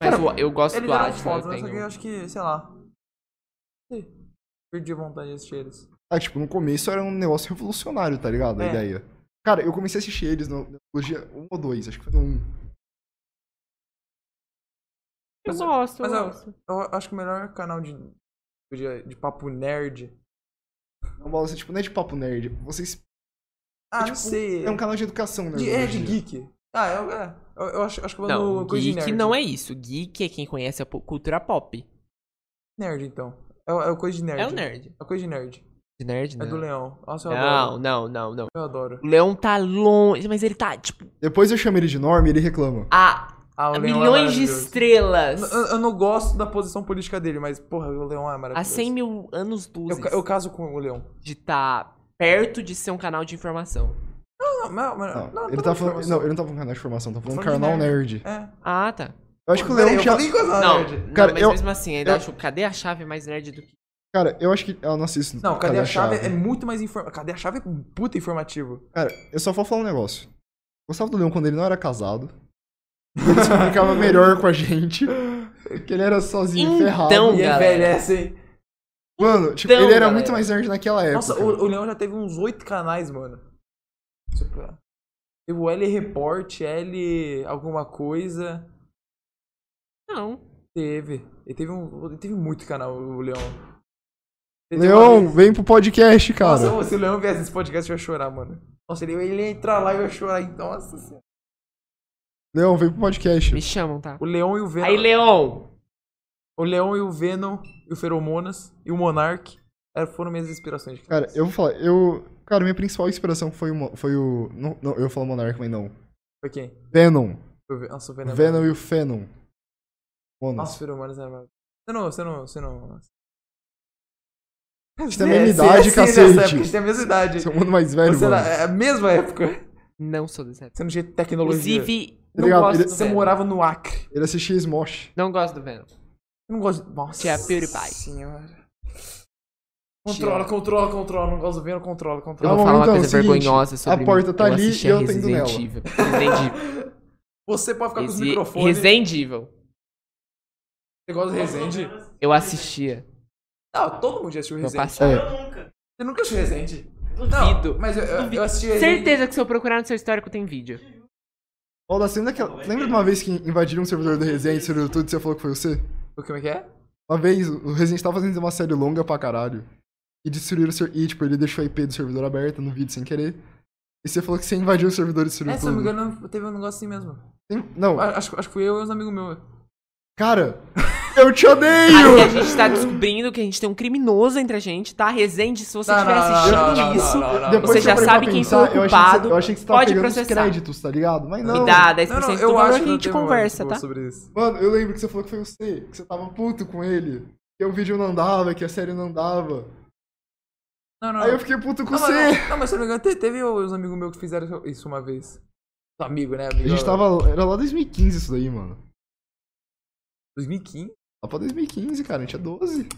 Speaker 3: Mas eu, eu gosto
Speaker 2: Eles
Speaker 3: do
Speaker 2: eram
Speaker 3: Átila, eu
Speaker 2: foda, mas só que eu
Speaker 3: tenho...
Speaker 2: acho que, sei lá. Ih, Perdi a vontade de assistir eles.
Speaker 1: Ah, tipo, no começo era um negócio revolucionário, tá ligado? A
Speaker 2: É.
Speaker 1: ideia. Cara, eu comecei a assistir eles no nerdologia 1 ou 2, acho que foi no 1.
Speaker 3: Eu
Speaker 2: Mas-
Speaker 3: gosto,
Speaker 2: mas
Speaker 3: eu
Speaker 2: eu-
Speaker 3: gosto.
Speaker 2: Eu acho que o melhor canal de, de, de papo nerd.
Speaker 1: Não bola, assim, tipo, não é de papo nerd. Vocês.
Speaker 2: Ah,
Speaker 1: tipo,
Speaker 2: não sei.
Speaker 1: É um canal de educação, né?
Speaker 2: de, é de geek. Ah, eu, é. eu, eu acho, acho que eu vou
Speaker 3: Não,
Speaker 2: no coisa de
Speaker 3: geek
Speaker 2: nerd.
Speaker 3: não é isso. Geek é quem conhece a po- cultura pop.
Speaker 2: Nerd, então. É, o- é o coisa de nerd.
Speaker 3: É o nerd.
Speaker 2: É o coisa de nerd.
Speaker 3: De nerd,
Speaker 2: É
Speaker 3: não.
Speaker 2: do leão. Nossa, eu adoro.
Speaker 3: Não, não, não, não.
Speaker 2: Eu adoro.
Speaker 3: O Leão tá longe, mas ele tá, tipo,
Speaker 1: Depois eu chamo ele de norma e ele reclama.
Speaker 3: a
Speaker 2: Ah, o leão é
Speaker 3: milhões de
Speaker 2: maravilhoso.
Speaker 3: estrelas.
Speaker 2: N- Eu, eu não gosto da posição política dele, mas, porra, o leão é
Speaker 3: A
Speaker 2: maravilhoso.
Speaker 3: 100 mil anos luzes
Speaker 2: Eu, ca- eu caso com o leão.
Speaker 3: de tá perto de ser um canal de informação.
Speaker 2: Não, mas, mas,
Speaker 1: Não,
Speaker 2: não,
Speaker 1: ele
Speaker 2: tá
Speaker 1: tá falando.
Speaker 2: bom, informação.
Speaker 1: Não, ele não tá falando canal de formação, tá falando
Speaker 2: Falando de
Speaker 1: canal
Speaker 2: nerd.
Speaker 1: nerd.
Speaker 2: É.
Speaker 3: Ah, tá.
Speaker 1: Eu acho que o
Speaker 2: Peraí,
Speaker 1: Leão
Speaker 2: eu
Speaker 1: tinha.
Speaker 2: falei coisa
Speaker 3: Não,
Speaker 2: nerd.
Speaker 3: não,
Speaker 1: Cara,
Speaker 3: mas
Speaker 1: eu-
Speaker 3: mesmo assim, ainda
Speaker 1: eu-
Speaker 3: acho. Cadê a chave mais nerd do que.
Speaker 1: Cara, eu acho que. Ah, nossa, isso.
Speaker 2: Não, cadê a chave? É muito mais informativo. Cadê a chave? É puta informativo.
Speaker 1: Cara, eu só vou falar um negócio. Eu Gostava do Leão quando ele não era casado. Ele se comunicava melhor com a gente. Que ele era sozinho,
Speaker 3: Então,
Speaker 1: ferrado.
Speaker 2: E
Speaker 3: galera.
Speaker 2: envelhece, hein?
Speaker 1: Mano, tipo,
Speaker 3: então,
Speaker 1: ele era
Speaker 3: galera.
Speaker 1: É muito mais nerd naquela época.
Speaker 2: Nossa, o, o Leão já teve uns oito canais, mano. Deixa eu procurar. Teve o L Report, L alguma coisa.
Speaker 3: Não.
Speaker 2: Teve. Ele teve um. Ele teve muito canal, o Leão. Ele teve uma
Speaker 1: Leon,
Speaker 2: vez-
Speaker 1: vem pro podcast, cara.
Speaker 2: Nossa, se o Leão viesse esse podcast, eu ia chorar, mano. Nossa, ele, ele ia entrar lá e eu ia chorar. Então, nossa senhora.
Speaker 1: Leon, vem pro podcast.
Speaker 3: Me chamam, tá?
Speaker 2: O Leão e o Venom.
Speaker 3: Aí, Leon.
Speaker 2: O Leão e o Venom, e o Feromonas, e o Monark eram- foram minhas inspirações. de
Speaker 1: Cara, eu vou falar, eu. Cara, minha principal inspiração foi, uma, foi o. Não, não, eu ia falar Monark, mas não.
Speaker 2: Foi quem?
Speaker 1: Venom.
Speaker 2: Foi o Ven- Nossa, o Venom. é
Speaker 1: Venom e o Fenom. Mano,
Speaker 2: Nossa, filho, mano, você não, você não, você não.
Speaker 1: gente
Speaker 3: (laughs)
Speaker 1: tem a mesma é idade, cacete.
Speaker 2: Época, a
Speaker 1: (laughs)
Speaker 2: gente tem a mesma idade.
Speaker 1: você é o mundo mais velho,
Speaker 2: você
Speaker 1: mano.
Speaker 2: era, é a mesma época.
Speaker 3: Não sou dessa época.
Speaker 2: Você não tinha tecnologia.
Speaker 3: Inclusive,
Speaker 1: Tá
Speaker 3: não
Speaker 1: ligado?
Speaker 3: gosto
Speaker 1: Ele-
Speaker 3: do
Speaker 2: Você
Speaker 3: Venom.
Speaker 2: morava no
Speaker 3: é-
Speaker 2: Acre.
Speaker 1: Ele assistia Smosh.
Speaker 3: Não gosto do Venom.
Speaker 2: Eu não gosto. Nossa.
Speaker 3: Você é a PewDiePie.
Speaker 2: Senhora. Controla,
Speaker 3: Tia.
Speaker 2: controla, controla. Não gosto do Venom, controla,
Speaker 3: Eu
Speaker 1: Tá
Speaker 2: controla.
Speaker 3: vou
Speaker 1: bom,
Speaker 3: falar uma
Speaker 1: então,
Speaker 3: coisa
Speaker 1: seguinte,
Speaker 3: vergonhosa sobre
Speaker 1: a porta
Speaker 3: mim.
Speaker 1: tá ali
Speaker 3: assisti
Speaker 1: e eu tô
Speaker 3: Resident
Speaker 1: indo nela.
Speaker 3: Evil.
Speaker 1: (laughs)
Speaker 3: Resident
Speaker 2: Você pode ficar com os
Speaker 3: Evil. Resi-
Speaker 2: microfones.
Speaker 3: Resident Evil.
Speaker 2: Você gosta de Resende?
Speaker 3: Eu assistia.
Speaker 2: Não, todo mundo já assistiu
Speaker 3: Eu
Speaker 2: Resende.
Speaker 3: passava.
Speaker 1: É.
Speaker 5: Eu nunca.
Speaker 2: Você nunca assistiu Resende?
Speaker 3: Duvido.
Speaker 2: Não, mas eu, eu, eu assisti Resende.
Speaker 3: É. Certeza que se eu procurar no seu histórico tem
Speaker 1: (laughs)
Speaker 3: vídeo.
Speaker 1: Ô, Dacena, daquela... assim, lembra de uma vez que invadiram um servidor do Resident sobre o YouTube e você falou que foi você?
Speaker 2: O que como é que é?
Speaker 1: Uma vez, o Resident tava fazendo uma série longa pra caralho. E destruíram o servidor. E, tipo, ele deixou a IP do servidor aberta no vídeo sem querer. E você falou que você invadiu o servidor e destruiu
Speaker 2: É, se não me
Speaker 1: tudo.
Speaker 2: engano, teve um negócio assim mesmo.
Speaker 1: Tem- Não,
Speaker 2: A- Acho, acho que fui eu e uns amigos meus.
Speaker 1: cara, eu te
Speaker 3: Aqui a
Speaker 1: odeio!
Speaker 3: gente tá descobrindo que a gente tem um criminoso entre a gente, tá? Resende, se você
Speaker 2: Não,
Speaker 3: estiver
Speaker 1: tá,
Speaker 2: não, não, não,
Speaker 3: assistindo
Speaker 2: não, não,
Speaker 3: isso,
Speaker 2: não, não, não.
Speaker 1: Depois
Speaker 3: (laughs) você
Speaker 1: que
Speaker 3: já
Speaker 1: eu parei pra
Speaker 3: sabe quem foi
Speaker 1: pensar,
Speaker 3: o
Speaker 1: eu achei que você-
Speaker 3: culpado.
Speaker 1: Eu achei que você tava
Speaker 3: pode
Speaker 1: pegando os
Speaker 3: processar.
Speaker 1: créditos, tá ligado? Mas não.
Speaker 3: Me dá 10%
Speaker 2: Não, não,
Speaker 3: do
Speaker 2: eu
Speaker 3: valor
Speaker 2: acho
Speaker 3: que a gente
Speaker 2: eu tenho uma
Speaker 3: conversa,
Speaker 2: boa
Speaker 3: tá?
Speaker 2: sobre isso.
Speaker 1: Mano, eu lembro que você falou que foi você, que você tava puto com ele. Que o vídeo não dava, que a série não dava.
Speaker 2: Não, não.
Speaker 1: Aí eu fiquei puto com
Speaker 2: não, mas
Speaker 1: você.
Speaker 2: Não, não, mas se eu não me engano, te- teve uns amigos meus que fizeram isso uma vez. Um amigo, né? Amigo,
Speaker 1: A gente tava. Era lá 2015 isso daí, mano.
Speaker 2: 2015?
Speaker 1: Lá pra 2015, cara, a gente é 12.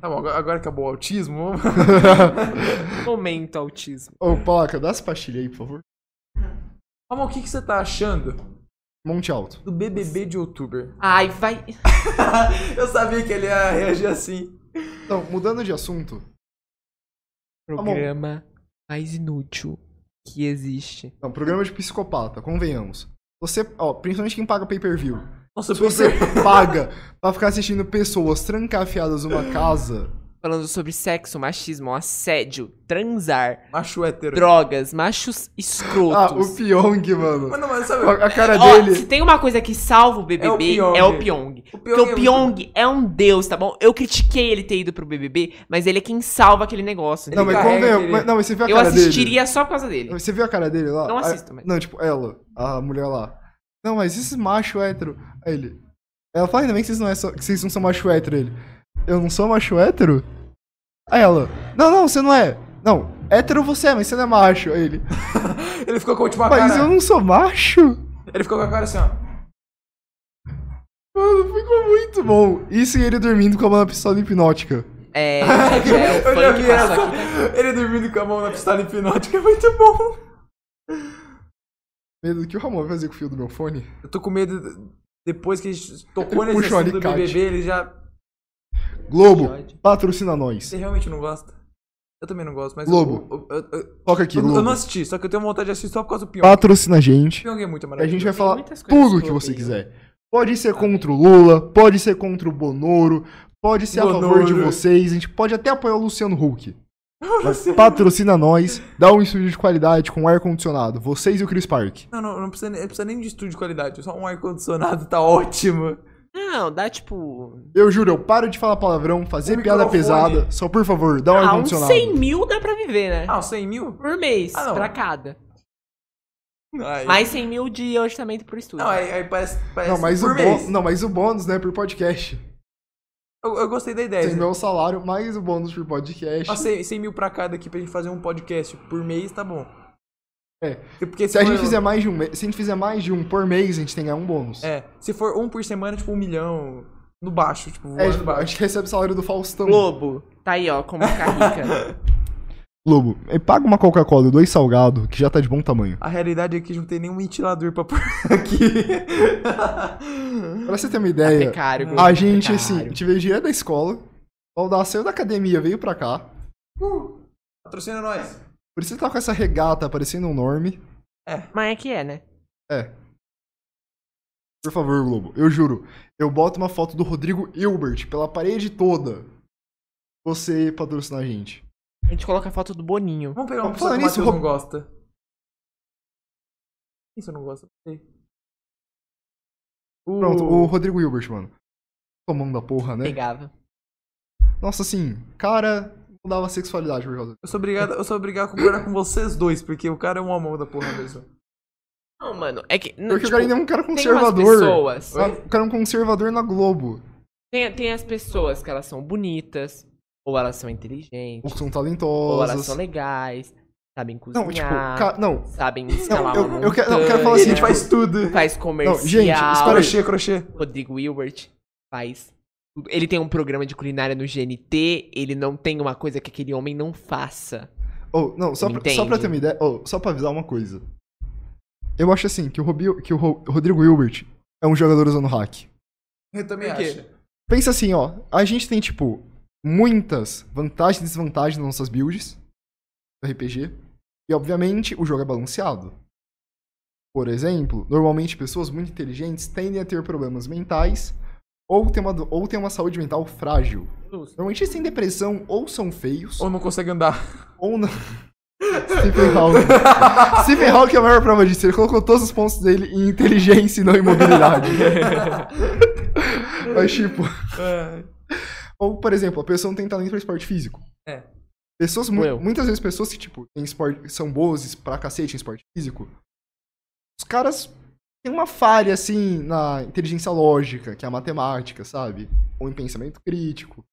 Speaker 2: Tá bom, agora, agora acabou o autismo. vamos-
Speaker 1: tá,
Speaker 3: Momento autismo.
Speaker 1: (laughs) Ô, Paca, dá essa pastilha aí, por favor.
Speaker 2: Amor, o que, que você tá achando
Speaker 1: Monte alto.
Speaker 2: do BBB de outubro?
Speaker 3: Ai, vai.
Speaker 1: Tá
Speaker 2: eu sabia que ele ia reagir assim.
Speaker 1: Então, mudando de assunto.
Speaker 3: Programa mais inútil que existe.
Speaker 1: Não, programa de psicopata, convenhamos. Você, ó, principalmente quem paga pay-per-view.
Speaker 2: Nossa,
Speaker 1: Se
Speaker 2: (laughs)
Speaker 1: você paga pra ficar assistindo pessoas trancafiadas numa casa,
Speaker 3: Falando sobre sexo, machismo, assédio, transar,
Speaker 2: Macho hétero.
Speaker 3: drogas, machos
Speaker 1: ah,
Speaker 3: escrotos.
Speaker 1: o Pyong, mano.
Speaker 2: Mas não, mas sabe,
Speaker 1: A, a cara
Speaker 3: Ó,
Speaker 1: dele.
Speaker 3: se tem uma coisa que salva o BBB,
Speaker 2: Pyong.
Speaker 3: é o Pyong.
Speaker 2: o
Speaker 3: Porque o
Speaker 2: é muito-
Speaker 3: Pyong é um deus, tá bom? Eu critiquei ele ter ido pro BBB, mas ele é quem salva aquele negócio.
Speaker 1: Não,
Speaker 3: entendeu?
Speaker 1: mas
Speaker 2: carrega
Speaker 1: convenhamos.
Speaker 2: aquele-
Speaker 1: mas- Não, mas você viu a
Speaker 3: eu
Speaker 1: cara dele.
Speaker 3: assistiria só por causa dele.
Speaker 1: Você viu a cara dele lá?
Speaker 3: Não
Speaker 1: A-
Speaker 3: assisto, mas-
Speaker 1: Não, tipo, ela, a mulher lá. Não, mas esses macho hétero. Aí ele. Ela fala, ainda bem que vocês não, é só- que vocês não são macho hétero. Ele. Eu não sou macho hétero? Aí ela. Não, não, você não é. Não, hétero você é, mas você não é macho. Aí ele.
Speaker 2: Ele ficou com tipo, a última
Speaker 1: Mas
Speaker 2: Ah, cara.
Speaker 1: eu não sou macho?
Speaker 2: Ele ficou com a cara assim, ó.
Speaker 1: Mano, ficou muito bom. Isso e ele dormindo com a mão na pistola hipnótica.
Speaker 3: É, já é o
Speaker 2: Eu já
Speaker 3: funk
Speaker 2: vi
Speaker 3: que passou
Speaker 2: essa.
Speaker 3: aqui.
Speaker 2: Ele dormindo com a mão na pistola hipnótica é muito bom.
Speaker 1: Medo do que o Ramon vai fazer com o fio do meu fone.
Speaker 2: Eu tô com medo. de- Depois que a gente tocou nesse
Speaker 1: Puxa o
Speaker 2: assunto do
Speaker 1: alicate.
Speaker 2: BBB, ele já.
Speaker 1: Globo,
Speaker 3: Que ódio.
Speaker 1: patrocina nós.
Speaker 2: Você realmente não gosta? Eu também não gosto, mas.
Speaker 1: Globo.
Speaker 2: Eu, eu- eu- eu-
Speaker 1: Toca aqui,
Speaker 2: eu não- eu não
Speaker 1: Globo.
Speaker 2: assisti, só que eu tenho vontade de assistir só por causa do Pyong.
Speaker 1: Patrocina a gente.
Speaker 2: O Pyong é muito
Speaker 1: E a gente
Speaker 2: maravilhoso.
Speaker 1: vai falar
Speaker 3: muitas coisas
Speaker 1: tudo
Speaker 3: que
Speaker 1: que
Speaker 3: eu
Speaker 1: você
Speaker 3: odeio.
Speaker 1: quiser. Pode ser contra o Lula, pode ser contra o Bonoro, pode ser a favor de
Speaker 2: Bonoro.
Speaker 1: vocês. A gente pode até apoiar o Luciano Huck. Mas patrocina nós, dá um estúdio de qualidade com ar-condicionado. Vocês e o Chris Park.
Speaker 2: Não, não, não precisa, nem- não precisa nem de estúdio de qualidade, só um ar-condicionado tá ótimo.
Speaker 3: Não, dá tipo.
Speaker 1: Eu juro, eu paro de falar palavrão, fazer
Speaker 2: Um
Speaker 1: piada
Speaker 2: microfone.
Speaker 1: pesada. Só por favor, dá um
Speaker 3: Ah, uns
Speaker 1: ar-condicionado.
Speaker 3: 100 mil dá pra viver, né?
Speaker 2: Ah, 100 mil?
Speaker 3: Por mês,
Speaker 2: Ah, não.
Speaker 3: pra cada.
Speaker 2: Ai.
Speaker 3: Mais 100 mil de orçamento pro estúdio.
Speaker 2: Não, aí, aí parece, parece.
Speaker 1: Não mas,
Speaker 2: por
Speaker 1: o
Speaker 2: mês.
Speaker 1: bônus, não, mas o bônus, né, por podcast.
Speaker 2: Eu, eu gostei da ideia.
Speaker 1: Tem meu salário, mais o bônus por podcast.
Speaker 2: Ah, 100, 100 mil pra cada aqui pra gente fazer um podcast por mês, tá bom.
Speaker 1: É.
Speaker 2: Porque
Speaker 1: se a gente
Speaker 2: for-
Speaker 1: fizer mais de um, me- se a gente fizer mais de um por mês, a gente tem que ganhar um bônus.
Speaker 2: É, se for um por semana, tipo um milhão no baixo, tipo, voando
Speaker 1: É, tipo, a
Speaker 2: baixo.
Speaker 1: gente recebe o salário do Faustão.
Speaker 3: Globo. Tá aí, ó, como ficar
Speaker 1: (laughs)
Speaker 3: rica.
Speaker 1: Lobo, eh, paga uma Coca-Cola e dois salgado, que já tá de bom tamanho.
Speaker 2: A realidade é que não tem nenhum ventilador pra pôr (laughs) aqui.
Speaker 1: Pra você ter uma ideia,
Speaker 3: Precário, Globo,
Speaker 1: É. a gente,
Speaker 3: precário.
Speaker 1: assim, te veio direto da escola, o da saiu da academia, veio pra cá,
Speaker 2: Uh, patrocina nós.
Speaker 1: Por isso ele tá com essa regata parecendo um norme.
Speaker 3: Mas é que é, né?
Speaker 1: É. Por favor, Globo, eu juro. Eu boto uma foto do Rodrigo Hilbert pela parede toda. Você patrocinar a gente.
Speaker 3: A gente coloca a foto do Boninho.
Speaker 2: Vamos pegar uma
Speaker 1: Vamos
Speaker 2: pessoa
Speaker 1: falar
Speaker 2: que o
Speaker 1: nisso,
Speaker 2: Matheus não
Speaker 1: Rob-
Speaker 2: gosta. Isso eu não gosto. Não sei. O-
Speaker 1: Pronto, o Rodrigo Hilbert, mano. Tomando da porra, né?
Speaker 3: Pegava.
Speaker 1: Nossa, assim, cara, mudava a sexualidade por causa
Speaker 2: Eu sou obrigado, eu sou obrigado a concordar com vocês dois, porque o cara é um amor da porra mesmo.
Speaker 3: Não, mano, é que.
Speaker 1: Porque o cara ainda é um cara
Speaker 3: tem umas
Speaker 1: conservador.
Speaker 3: pessoas.
Speaker 1: Ah, O cara é um conservador na Globo.
Speaker 3: Tem, tem as pessoas que elas são bonitas, ou elas são inteligentes,
Speaker 1: Ou são
Speaker 3: ou elas
Speaker 1: talentosas.
Speaker 3: são legais, sabem cozinhar,
Speaker 1: Não, tipo, ca- não.
Speaker 3: sabem escalar
Speaker 1: eu-
Speaker 3: uma
Speaker 1: eu quero- não, eu quero falar
Speaker 2: Ele
Speaker 1: assim,
Speaker 3: montanha,
Speaker 1: tipo,
Speaker 2: faz tudo.
Speaker 3: faz um comercial.
Speaker 1: espera
Speaker 2: Crochê, crochê.
Speaker 3: Rodrigo Wilbert faz. tudo. Ele tem um programa de culinária no GNT, ele não tem uma coisa que aquele homem não faça.
Speaker 1: Oh, não, só pra, só
Speaker 3: Entende.
Speaker 1: pra ter uma ideia, oh, só pra avisar uma coisa. Eu acho assim, que o, Robi- que o Ro- Rodrigo Hilbert é um jogador usando hack.
Speaker 2: Eu também
Speaker 3: Por quê?
Speaker 2: acho.
Speaker 1: Pensa assim, ó, a gente tem, tipo, muitas vantagens e desvantagens nas nossas builds do RPG. E, obviamente, o jogo é balanceado. Por exemplo, normalmente pessoas muito inteligentes tendem a ter problemas mentais ou têm uma, do- ou têm uma saúde mental frágil. Normalmente eles têm depressão ou são feios.
Speaker 2: Ou não consegue andar.
Speaker 1: (laughs) Ou não. Stephen Hawking. Stephen Hawking é a maior prova disso. Ele colocou todos os pontos dele em inteligência e não em
Speaker 2: (laughs)
Speaker 1: mobilidade. Mas, tipo. Ou, por exemplo, a pessoa não tem talento pra esporte físico.
Speaker 2: É.
Speaker 1: Pessoas, mu-
Speaker 3: Eu.
Speaker 1: muitas vezes, pessoas que, tipo, têm esporte, são boas pra cacete em esporte físico, os caras têm uma falha, assim, na inteligência lógica, que é a matemática, sabe? Ou em pensamento crítico.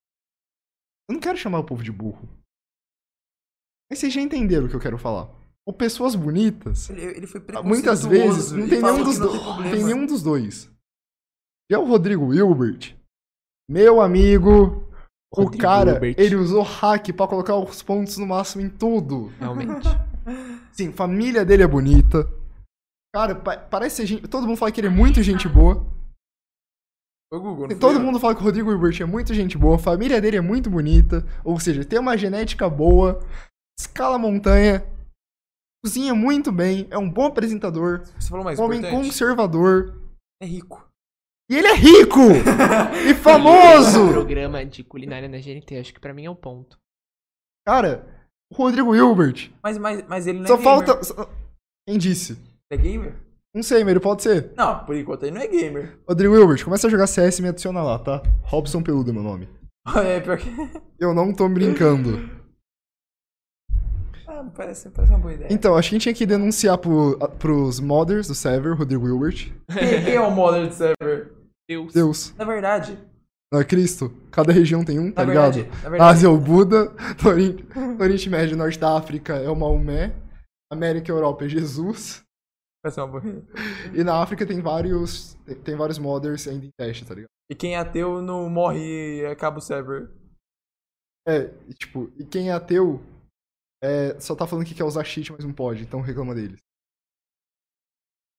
Speaker 1: Eu não quero chamar o povo de burro. Mas vocês já entenderam o que eu quero falar. Ou pessoas bonitas,
Speaker 2: Ele, ele foi
Speaker 1: muitas vezes, não tem, nenhum dos dois, não tem nenhum dos dois. Já o Rodrigo Hilbert, meu amigo, o
Speaker 3: Rodrigo
Speaker 1: cara,
Speaker 3: Hilbert.
Speaker 1: ele usou hack pra colocar os pontos no máximo em tudo.
Speaker 3: (laughs) Realmente.
Speaker 1: Sim, família dele é bonita. Cara, pa- parece ser gente. Todo mundo fala que ele é muito gente boa.
Speaker 2: O Google, não
Speaker 1: Todo
Speaker 2: fui eu.
Speaker 1: mundo fala que o Rodrigo Hilbert é muito gente boa. A família dele é muito bonita. Ou seja, tem uma genética boa. Escala a montanha. Cozinha muito bem. É um bom apresentador.
Speaker 2: Você falou mais
Speaker 1: um homem
Speaker 2: é importante.
Speaker 1: conservador.
Speaker 2: É rico.
Speaker 1: E ele é rico! e
Speaker 2: (laughs)
Speaker 3: Um
Speaker 2: é
Speaker 1: famoso!
Speaker 3: programa de culinária na GNT, acho que pra mim é o ponto.
Speaker 1: Cara, o Rodrigo Hilbert.
Speaker 2: Mas, mas, mas ele não é
Speaker 1: Só
Speaker 2: gamer.
Speaker 1: falta. só- Quem disse?
Speaker 2: É gamer?
Speaker 1: Não sei, mas ele pode ser.
Speaker 2: Não, por enquanto ele não é gamer. (laughs)
Speaker 1: Rodrigo Hilbert, começa a jogar CS e me adiciona lá, tá? Robson Peludo é meu nome.
Speaker 2: É, pior que... (laughs)
Speaker 1: Eu não tô brincando.
Speaker 2: Ah, parece, parece uma boa ideia. (laughs)
Speaker 1: Então, acho que a gente tinha que denunciar pro, a- pros modders do server, Rodrigo Hilbert.
Speaker 2: Quem, quem é o modder de server?
Speaker 3: Deus.
Speaker 1: Deus,
Speaker 2: Na verdade,
Speaker 1: não é Cristo? Cada região tem um, tá
Speaker 2: na
Speaker 1: ligado?
Speaker 2: verdade, na
Speaker 1: A
Speaker 2: verdade,
Speaker 1: Ásia é o Buda, (laughs) no Oriente, no Oriente Médio e Norte da África é o Maomé, América e Europa é Jesus,
Speaker 2: parece uma boa
Speaker 1: e na África tem vários, tem vários modders ainda em teste, tá ligado?
Speaker 2: E quem é ateu não morre e acaba o server.
Speaker 1: É, e, tipo, e quem é ateu é, só tá falando que quer usar cheat, mas não pode, então reclama deles.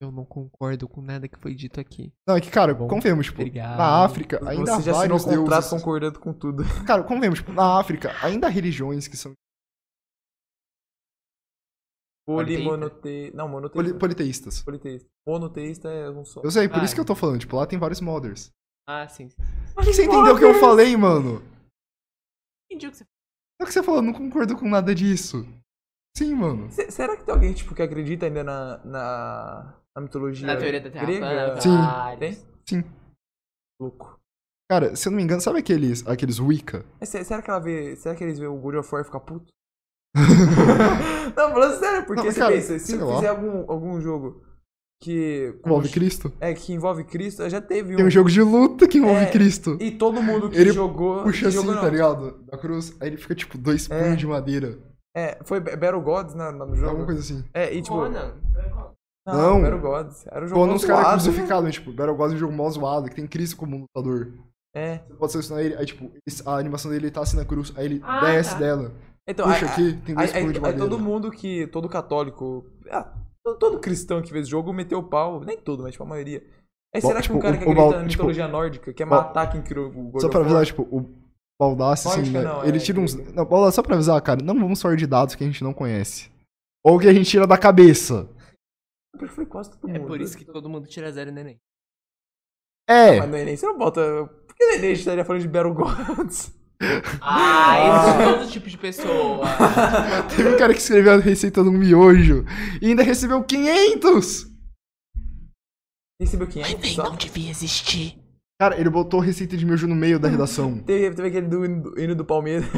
Speaker 3: Eu não concordo com nada que foi dito aqui.
Speaker 1: Não, é que, cara,
Speaker 3: Bom,
Speaker 1: convenhamos, tipo,
Speaker 3: obrigado.
Speaker 1: na África ainda
Speaker 2: Você já
Speaker 1: há
Speaker 2: assinou
Speaker 1: vários
Speaker 2: o contrato
Speaker 1: deuses.
Speaker 2: concordando com tudo.
Speaker 1: (laughs) Cara, convenhamos, tipo, na África ainda há religiões que são
Speaker 2: Polimonote... Não,
Speaker 1: poli-
Speaker 2: monoteísta.
Speaker 1: politeístas.
Speaker 2: Politeísta. Monoteísta é um só.
Speaker 1: Eu sei, por
Speaker 3: Ah,
Speaker 1: isso que eu tô falando, tipo, lá tem vários modders.
Speaker 3: Ah, sim.
Speaker 1: Você
Speaker 3: tipo,
Speaker 1: entendeu o que eu falei, mano?
Speaker 3: Entendi o que você
Speaker 1: É o que você falou, não concordo com nada disso. Sim, mano.
Speaker 2: Se- será que tem alguém tipo, que acredita ainda na, na, na mitologia
Speaker 3: Na teoria da Terra
Speaker 2: grega?
Speaker 3: plana, tá.
Speaker 1: Sim.
Speaker 3: vários.
Speaker 2: Tem?
Speaker 1: Sim.
Speaker 2: Louco.
Speaker 1: Cara, se eu não me engano, sabe aqueles, aqueles Wicca? (laughs)
Speaker 2: Mas se- será que ela vê. Será que eles vê o God of War e fica puto? (laughs) não, falando sério, porque
Speaker 1: Não,
Speaker 2: você
Speaker 1: cara,
Speaker 2: pensa, se
Speaker 1: sei lá.
Speaker 2: fizer algum, algum jogo que.
Speaker 1: Envolve Cristo?
Speaker 2: É, que envolve Cristo, já teve
Speaker 1: Tem
Speaker 2: um.
Speaker 1: um jogo de luta que envolve
Speaker 2: É,
Speaker 1: Cristo.
Speaker 2: E todo mundo que
Speaker 1: Ele
Speaker 2: jogou. que
Speaker 1: Puxa assim,
Speaker 2: jogou,
Speaker 1: tá
Speaker 2: não.
Speaker 1: ligado? Da cruz. Aí ele fica, tipo, dois
Speaker 2: É.
Speaker 1: punhos de madeira.
Speaker 2: É, foi B- Battle Gods né, na, na, no
Speaker 1: Alguma
Speaker 2: jogo.
Speaker 1: coisa assim.
Speaker 2: É, e tipo.
Speaker 3: Conan.
Speaker 1: Não.
Speaker 2: Battle Gods. Era um jogo.
Speaker 1: Quando os caras
Speaker 2: zoado.
Speaker 1: crucificados, tipo, Battle God é um jogo mó zoado, que tem Cristo como lutador.
Speaker 2: É.
Speaker 1: Você pode selecionar ele, aí, tipo, esse- a animação dele ele tá assim na cruz, aí ele
Speaker 3: Ah,
Speaker 1: desce
Speaker 3: tá.
Speaker 1: dela.
Speaker 2: Então,
Speaker 1: Puxa
Speaker 2: aí-
Speaker 1: aqui, tem
Speaker 2: Aí,
Speaker 1: dois
Speaker 2: aí-
Speaker 1: punhos de
Speaker 2: aí
Speaker 1: madeira.
Speaker 2: todo mundo que. Todo católico. ah, to- todo cristão que vê esse jogo meteu o pau. Nem todo, mas tipo, a maioria. Aí
Speaker 1: Bom,
Speaker 2: será que
Speaker 1: tipo,
Speaker 2: um cara
Speaker 1: o-
Speaker 2: que
Speaker 1: o
Speaker 2: acredita
Speaker 1: Val-
Speaker 2: na
Speaker 1: tipo,
Speaker 2: mitologia nórdica quer
Speaker 1: Val-
Speaker 2: matar quem criou o God
Speaker 1: Só
Speaker 2: of
Speaker 1: pra
Speaker 2: War?
Speaker 1: avisar, tipo, o, Baldaço, assim,
Speaker 2: Lógica
Speaker 1: né?
Speaker 2: não,
Speaker 1: ele
Speaker 2: é
Speaker 1: tira uns.
Speaker 2: incrível.
Speaker 1: Não, Baldaço, só pra avisar, cara, não vamos falar de dados que a gente não conhece. Ou que a gente tira da cabeça.
Speaker 2: Porque foi quase todo
Speaker 3: É
Speaker 2: mundo.
Speaker 3: por isso que todo mundo tira zero no Enem.
Speaker 1: É,
Speaker 2: Mas no Enem você não bota. Por que no Enem a gente estaria falando de Battle Gods? (laughs)
Speaker 3: Ah, existe todo tipo de pessoa.
Speaker 1: teve um cara que escreveu a receita do miojo e ainda recebeu 500!
Speaker 2: Recebeu 500 só?
Speaker 3: devia existir.
Speaker 1: Cara, ele botou receita de miojo no meio da
Speaker 2: (laughs)
Speaker 1: redação.
Speaker 2: Teve, teve aquele do hino do- hino do Palmeiras.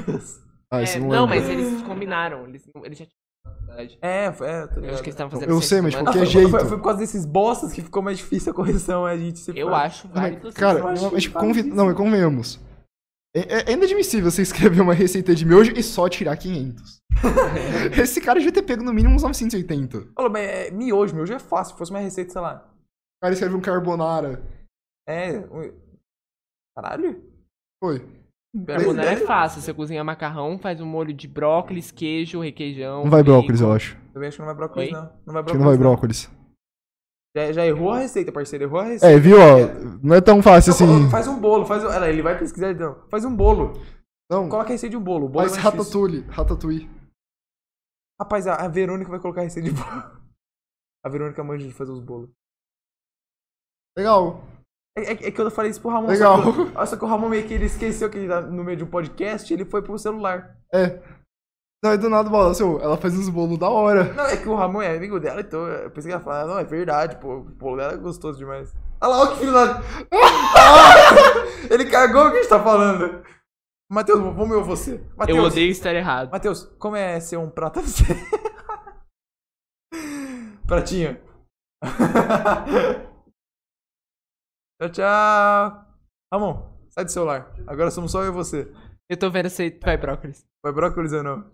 Speaker 2: (laughs)
Speaker 1: Ah,
Speaker 3: É,
Speaker 1: isso
Speaker 3: não,
Speaker 1: não, lembro.
Speaker 3: mas eles combinaram. Eles, eles já tinham faculdade.
Speaker 2: É, foi- é, tá
Speaker 3: Eu acho que eles
Speaker 2: ligado?
Speaker 3: estavam fazendo.
Speaker 1: Eu sei,
Speaker 3: ciências
Speaker 1: mas, tipo, que
Speaker 2: Ah,
Speaker 3: humanas.
Speaker 2: foi,
Speaker 1: é jeito.
Speaker 2: Foi, foi por causa desses bostas que ficou mais difícil a correção, a gente se
Speaker 3: Eu acho válido.
Speaker 1: Cara,
Speaker 2: Eu acho
Speaker 1: não, mas, tipo,
Speaker 2: que faz
Speaker 1: convi-
Speaker 2: isso.
Speaker 1: não, convenhamos. É, é- é inadmissível você (laughs) escrever uma receita de miojo e só tirar
Speaker 2: (laughs)
Speaker 1: 500. Esse cara devia ter pego no mínimo uns 980. O
Speaker 2: Falou, mas é miojo, miojo é fácil, se fosse uma receita, sei lá.
Speaker 1: cara escreveu um carbonara.
Speaker 2: É. um- Caralho?
Speaker 1: Foi.
Speaker 3: Carbonara é fácil. Você cozinha macarrão, faz um molho de brócolis, queijo, requeijão.
Speaker 1: Não vai
Speaker 3: bacon.
Speaker 1: brócolis, eu acho.
Speaker 2: Eu acho que não vai brócolis,
Speaker 3: Oi?
Speaker 2: não. Não vai
Speaker 1: Acho que
Speaker 2: brócolis.
Speaker 1: não vai
Speaker 2: não.
Speaker 1: brócolis.
Speaker 2: Já, já errou a receita, parceiro. Errou a receita.
Speaker 1: É, viu, ó. Não é tão fácil assim.
Speaker 2: Então, Faz um bolo, faz um... Olha lá, Ele vai pesquisar, então. Faz um bolo.
Speaker 1: Não,
Speaker 2: Coloca a receita de um bolo. O bolo
Speaker 1: mas
Speaker 2: é mais difícil.
Speaker 1: ratatouille. Ratatouille.
Speaker 2: Rapaz, a, a Verônica vai colocar a receita de bolo. (laughs) A Verônica manja de fazer os bolos.
Speaker 1: Legal.
Speaker 2: É, é- é que eu falei isso pro Ramon.
Speaker 1: Legal.
Speaker 2: Só que, só que o Ramon meio que ele esqueceu que ele tá no meio de um podcast e ele foi pro celular.
Speaker 1: É. Não, e do nada, bola, seu, ela faz uns bolos da hora.
Speaker 2: Não, é que o Ramon é amigo dela, então eu pensei que ela falava, não, é verdade, pô, o bolo dela é gostoso demais. Olha lá, olha que filho da... (laughs) ele cagou o que a gente tá falando. Matheus, vamos eu você. Matheus,
Speaker 3: Eu odeio estar errado.
Speaker 2: Matheus, como é ser um prato você? (laughs) Pratinho. (laughs) tchau, tchau. Ramon, sai do celular. Agora somos só eu e você.
Speaker 3: Eu tô vendo se vai brócolis.
Speaker 2: Vai brócolis ou não?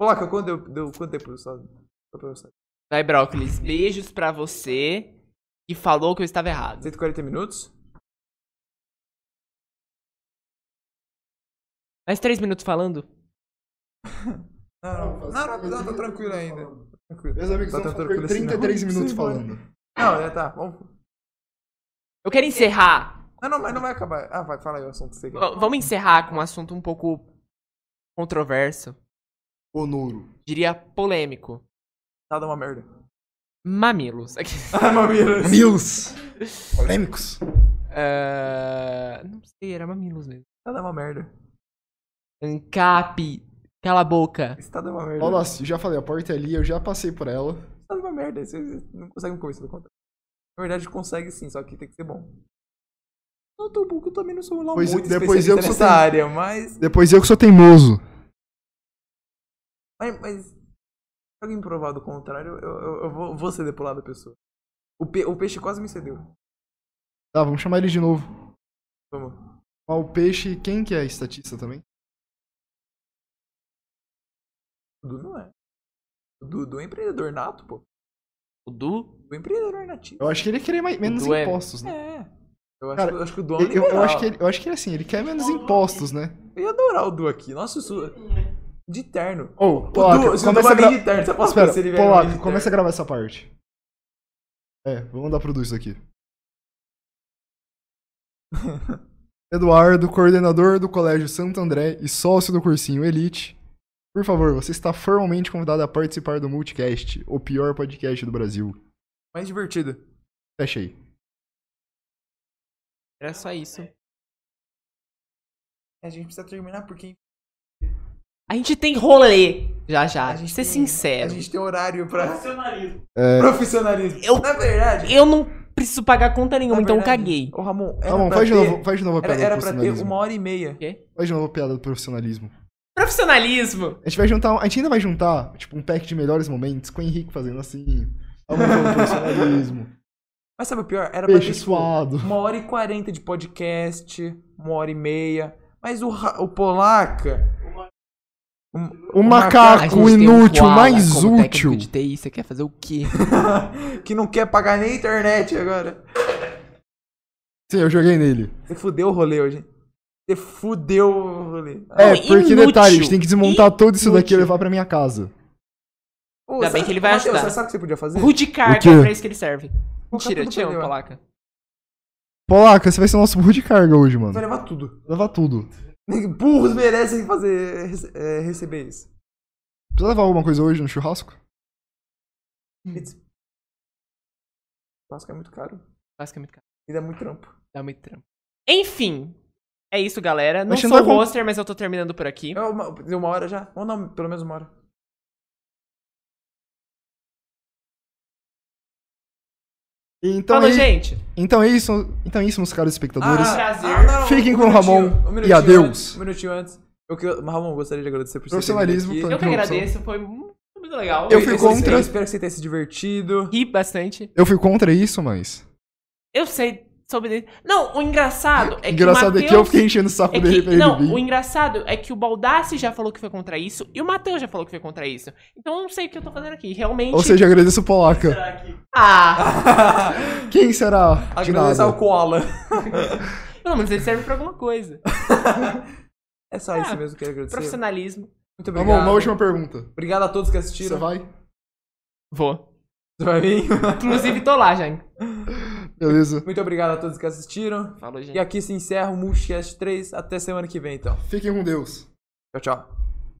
Speaker 2: Coloca, quanto deu, deu quanto tempo? Só, só pra eu saber.
Speaker 3: Vai brócolis. Beijos pra você que falou que eu estava errado.
Speaker 2: 140 minutos?
Speaker 3: Mais três minutos falando?
Speaker 2: Não, não, não, não, não, tô tranquilo ainda. Tranquilo.
Speaker 1: tá Meus amigos,
Speaker 2: Tá
Speaker 1: vamos
Speaker 2: tentando
Speaker 1: por
Speaker 2: crescer, não.
Speaker 1: 33 minutos
Speaker 2: Sim, vai.
Speaker 1: falando.
Speaker 2: Não, já tá, vamos.
Speaker 3: Eu quero encerrar.
Speaker 2: Não, não, mas não vai acabar. Ah, vai, fala aí o assunto. Você quer.
Speaker 3: V- Vamos encerrar com um assunto um pouco controverso,
Speaker 1: Onoro.
Speaker 3: diria polêmico.
Speaker 2: Tá, dá uma merda. (laughs)
Speaker 3: Mamilos. (laughs) Aqui.
Speaker 2: Ah, mamilos.
Speaker 1: Mamilos. Polêmicos.
Speaker 3: Ah, não sei, era mamilos mesmo.
Speaker 2: Tá, dá uma merda.
Speaker 3: Ancap. Cala a boca.
Speaker 2: Isso tá dando uma merda.
Speaker 1: Bola, já falei, a porta é ali, eu já passei por ela.
Speaker 2: tá uma merda. Você não consegue me convencer do contrário. Na verdade, consegue sim, só que tem que ser bom. Não tô bom, que eu também não sou lá
Speaker 1: Pois-
Speaker 2: muito
Speaker 1: depois
Speaker 2: especialista
Speaker 1: eu que sou
Speaker 2: nessa
Speaker 1: teim-
Speaker 2: área, mas,
Speaker 1: Depois eu que sou teimoso.
Speaker 2: mas... Mas se alguém provar do contrário, eu, eu, eu vou, vou ceder pro lado da pessoa. O, pe- o peixe quase me cedeu.
Speaker 1: Tá, vamos chamar ele de novo.
Speaker 2: Vamos.
Speaker 1: Mas o peixe, quem que é estatista também?
Speaker 2: Dudu não é. O Dudu é empreendedor nato, pô.
Speaker 3: O Du?
Speaker 2: O empreendedor nativo.
Speaker 1: Eu acho que ele queria mais, menos
Speaker 3: Du é-
Speaker 1: impostos, né?
Speaker 2: É. Eu acho,
Speaker 1: Cara,
Speaker 2: que- eu acho que o Du é um
Speaker 1: Eu, eu- eu
Speaker 2: liberal.
Speaker 1: acho que ele, eu acho que ele, assim, ele quer menos impostos, né?
Speaker 2: Eu ia adorar o Du aqui. Nossa, isso... De terno.
Speaker 1: Ô,
Speaker 2: O
Speaker 1: Polaca,
Speaker 2: Du, se o Du
Speaker 1: começa
Speaker 2: vai
Speaker 1: a gra...
Speaker 2: vir de terno, você pode
Speaker 1: Espera,
Speaker 2: pensar se ele vier
Speaker 1: Polaca,
Speaker 2: de terno.
Speaker 1: começa a gravar essa parte. É, vou mandar pro Du isso
Speaker 2: (laughs)
Speaker 1: aqui. Eduardo, coordenador do Colégio Santo André e sócio do cursinho Elite. Por favor, você está formalmente convidado a participar do Multicast, o pior podcast do Brasil.
Speaker 2: Mais divertido.
Speaker 1: Fecha aí.
Speaker 3: Era só isso.
Speaker 2: A gente precisa terminar porque
Speaker 3: A gente tem rolê. Já, já.
Speaker 2: A gente
Speaker 3: Ser
Speaker 2: tem- a
Speaker 3: sincero.
Speaker 2: gente tem horário pra
Speaker 5: Profissionalismo.
Speaker 1: É.
Speaker 2: profissionalismo.
Speaker 3: Eu-
Speaker 2: Na verdade.
Speaker 3: Eu não preciso pagar conta nenhuma,
Speaker 2: na
Speaker 3: então eu
Speaker 2: verdade-
Speaker 3: caguei.
Speaker 2: Ô, Ramon, era
Speaker 1: Ramon,
Speaker 2: pra
Speaker 1: Tá faz de,
Speaker 2: ter-
Speaker 1: novo, faz de novo a
Speaker 2: Era,
Speaker 1: piada
Speaker 2: era
Speaker 1: do
Speaker 2: pra ter
Speaker 1: profissionalismo.
Speaker 2: uma hora e meia.
Speaker 1: Faz de novo a piada do profissionalismo.
Speaker 3: Profissionalismo.
Speaker 1: A gente vai juntar. A gente ainda vai juntar, tipo, um pack de melhores momentos com o Henrique fazendo assim. Ramon
Speaker 2: (laughs)
Speaker 1: falando profissionalismo.
Speaker 2: Mas sabe o pior? Era pra ter
Speaker 1: Peixe
Speaker 2: tipo,
Speaker 1: suado.
Speaker 2: uma hora e quarenta de podcast, uma hora e meia. Mas o, Ra- o Polaca. (laughs)
Speaker 1: O,
Speaker 3: A
Speaker 1: macaco
Speaker 3: gente tem um
Speaker 1: Ah, inútil,
Speaker 3: koala
Speaker 1: mais
Speaker 3: como técnico
Speaker 1: útil.
Speaker 3: De TI. Você quer é fazer o (laughs) quê?
Speaker 2: que não quer pagar nem a internet agora.
Speaker 1: Sim, eu joguei nele.
Speaker 2: Você fudeu o rolê hoje. Você fudeu o rolê.
Speaker 1: É,
Speaker 3: Não,
Speaker 1: porque
Speaker 3: inútil.
Speaker 1: detalhe, a gente tem que desmontar tudo isso daqui e
Speaker 3: Inútil.
Speaker 1: levar pra minha casa.
Speaker 2: Pô,
Speaker 3: Ainda
Speaker 2: sabe-
Speaker 3: bem que ele vai
Speaker 2: Ô, Matheus,
Speaker 3: ajudar.
Speaker 2: Você sabe o que você podia fazer?
Speaker 3: Rudicar,
Speaker 1: O
Speaker 3: que
Speaker 1: quê?
Speaker 3: é pra isso que ele serve.
Speaker 2: Colocar
Speaker 3: Mentira, eu
Speaker 2: tudo
Speaker 3: te
Speaker 2: pra
Speaker 3: amo,
Speaker 2: levar.
Speaker 3: um Polaca.
Speaker 1: Polaca, você vai ser o nosso burro de carga hoje,
Speaker 2: Vai
Speaker 1: mano.
Speaker 2: levar tudo.
Speaker 1: Leva tudo.
Speaker 2: Burros merecem fazer, rece- é, receber isso.
Speaker 1: Precisa levar alguma coisa hoje no churrasco?
Speaker 2: It's... Nossa, que é muito caro.
Speaker 3: Basicamente, cara,
Speaker 2: E dá muito trampo.
Speaker 3: dá muito trampo. Enfim, é isso, galera. Não
Speaker 1: Acho que
Speaker 3: sou
Speaker 1: não vai com-
Speaker 3: roster, mas eu tô terminando por aqui.
Speaker 2: É uma, deu uma hora já? Ou não, pelo menos uma hora.
Speaker 1: Então
Speaker 3: Falou,
Speaker 1: é,
Speaker 3: gente. Ah.
Speaker 1: Então é isso, então é isso, meus caros espectadores.
Speaker 3: prazer.
Speaker 2: não,
Speaker 1: Fiquem
Speaker 2: um
Speaker 1: com o Ramon e
Speaker 2: minutinho, minutinho
Speaker 1: adeus.
Speaker 2: antes, um minutinho antes. Eu, que- Ramon, gostaria de agradecer por você ter vindo
Speaker 1: Profissionalismo,
Speaker 2: aqui.
Speaker 1: tá?
Speaker 3: Eu que
Speaker 1: interrupção.
Speaker 3: agradeço, foi muito muito legal.
Speaker 1: Eu fui
Speaker 2: espero-
Speaker 1: contra.
Speaker 2: Eu espero que você tenha se
Speaker 1: (laughs)
Speaker 2: divertido. (laughs)
Speaker 3: ri bastante.
Speaker 1: Eu fui contra isso, mas.
Speaker 3: Eu sei sobre. Não, o engraçado é que.
Speaker 1: engraçado
Speaker 3: o
Speaker 1: é que eu
Speaker 3: Matheus-
Speaker 1: fiquei enchendo o saco
Speaker 3: É
Speaker 1: dele
Speaker 3: que,
Speaker 1: pra ele
Speaker 3: não,
Speaker 1: vir.
Speaker 3: o engraçado é que o Baldassi já falou que foi contra isso e o Matheus já falou que foi contra isso. Então eu não sei o que eu tô fazendo aqui. Realmente.
Speaker 1: Ou seja, agradeço o Polaca.
Speaker 5: Será que
Speaker 1: (laughs)
Speaker 3: Ah!
Speaker 1: Quem será? De
Speaker 2: Agradecer
Speaker 1: nada.
Speaker 2: ao Koala.
Speaker 3: Pelo menos ele serve pra alguma coisa.
Speaker 2: É só isso mesmo que eu quero agradecer.
Speaker 3: Profissionalismo.
Speaker 2: Muito
Speaker 1: Tá
Speaker 2: obrigado.
Speaker 1: bom, uma última pergunta.
Speaker 2: Obrigado a todos que
Speaker 1: Você
Speaker 2: assistiram.
Speaker 1: vai?
Speaker 3: Vou.
Speaker 2: Você vai vir?
Speaker 3: Inclusive, tô lá já. hein?
Speaker 1: Beleza.
Speaker 2: (laughs) Muito obrigado a todos que assistiram.
Speaker 3: Falou, gente.
Speaker 2: E aqui se encerra o Multicast 3. Até semana que vem, então.
Speaker 1: Fiquem com Deus.
Speaker 2: Tchau, tchau.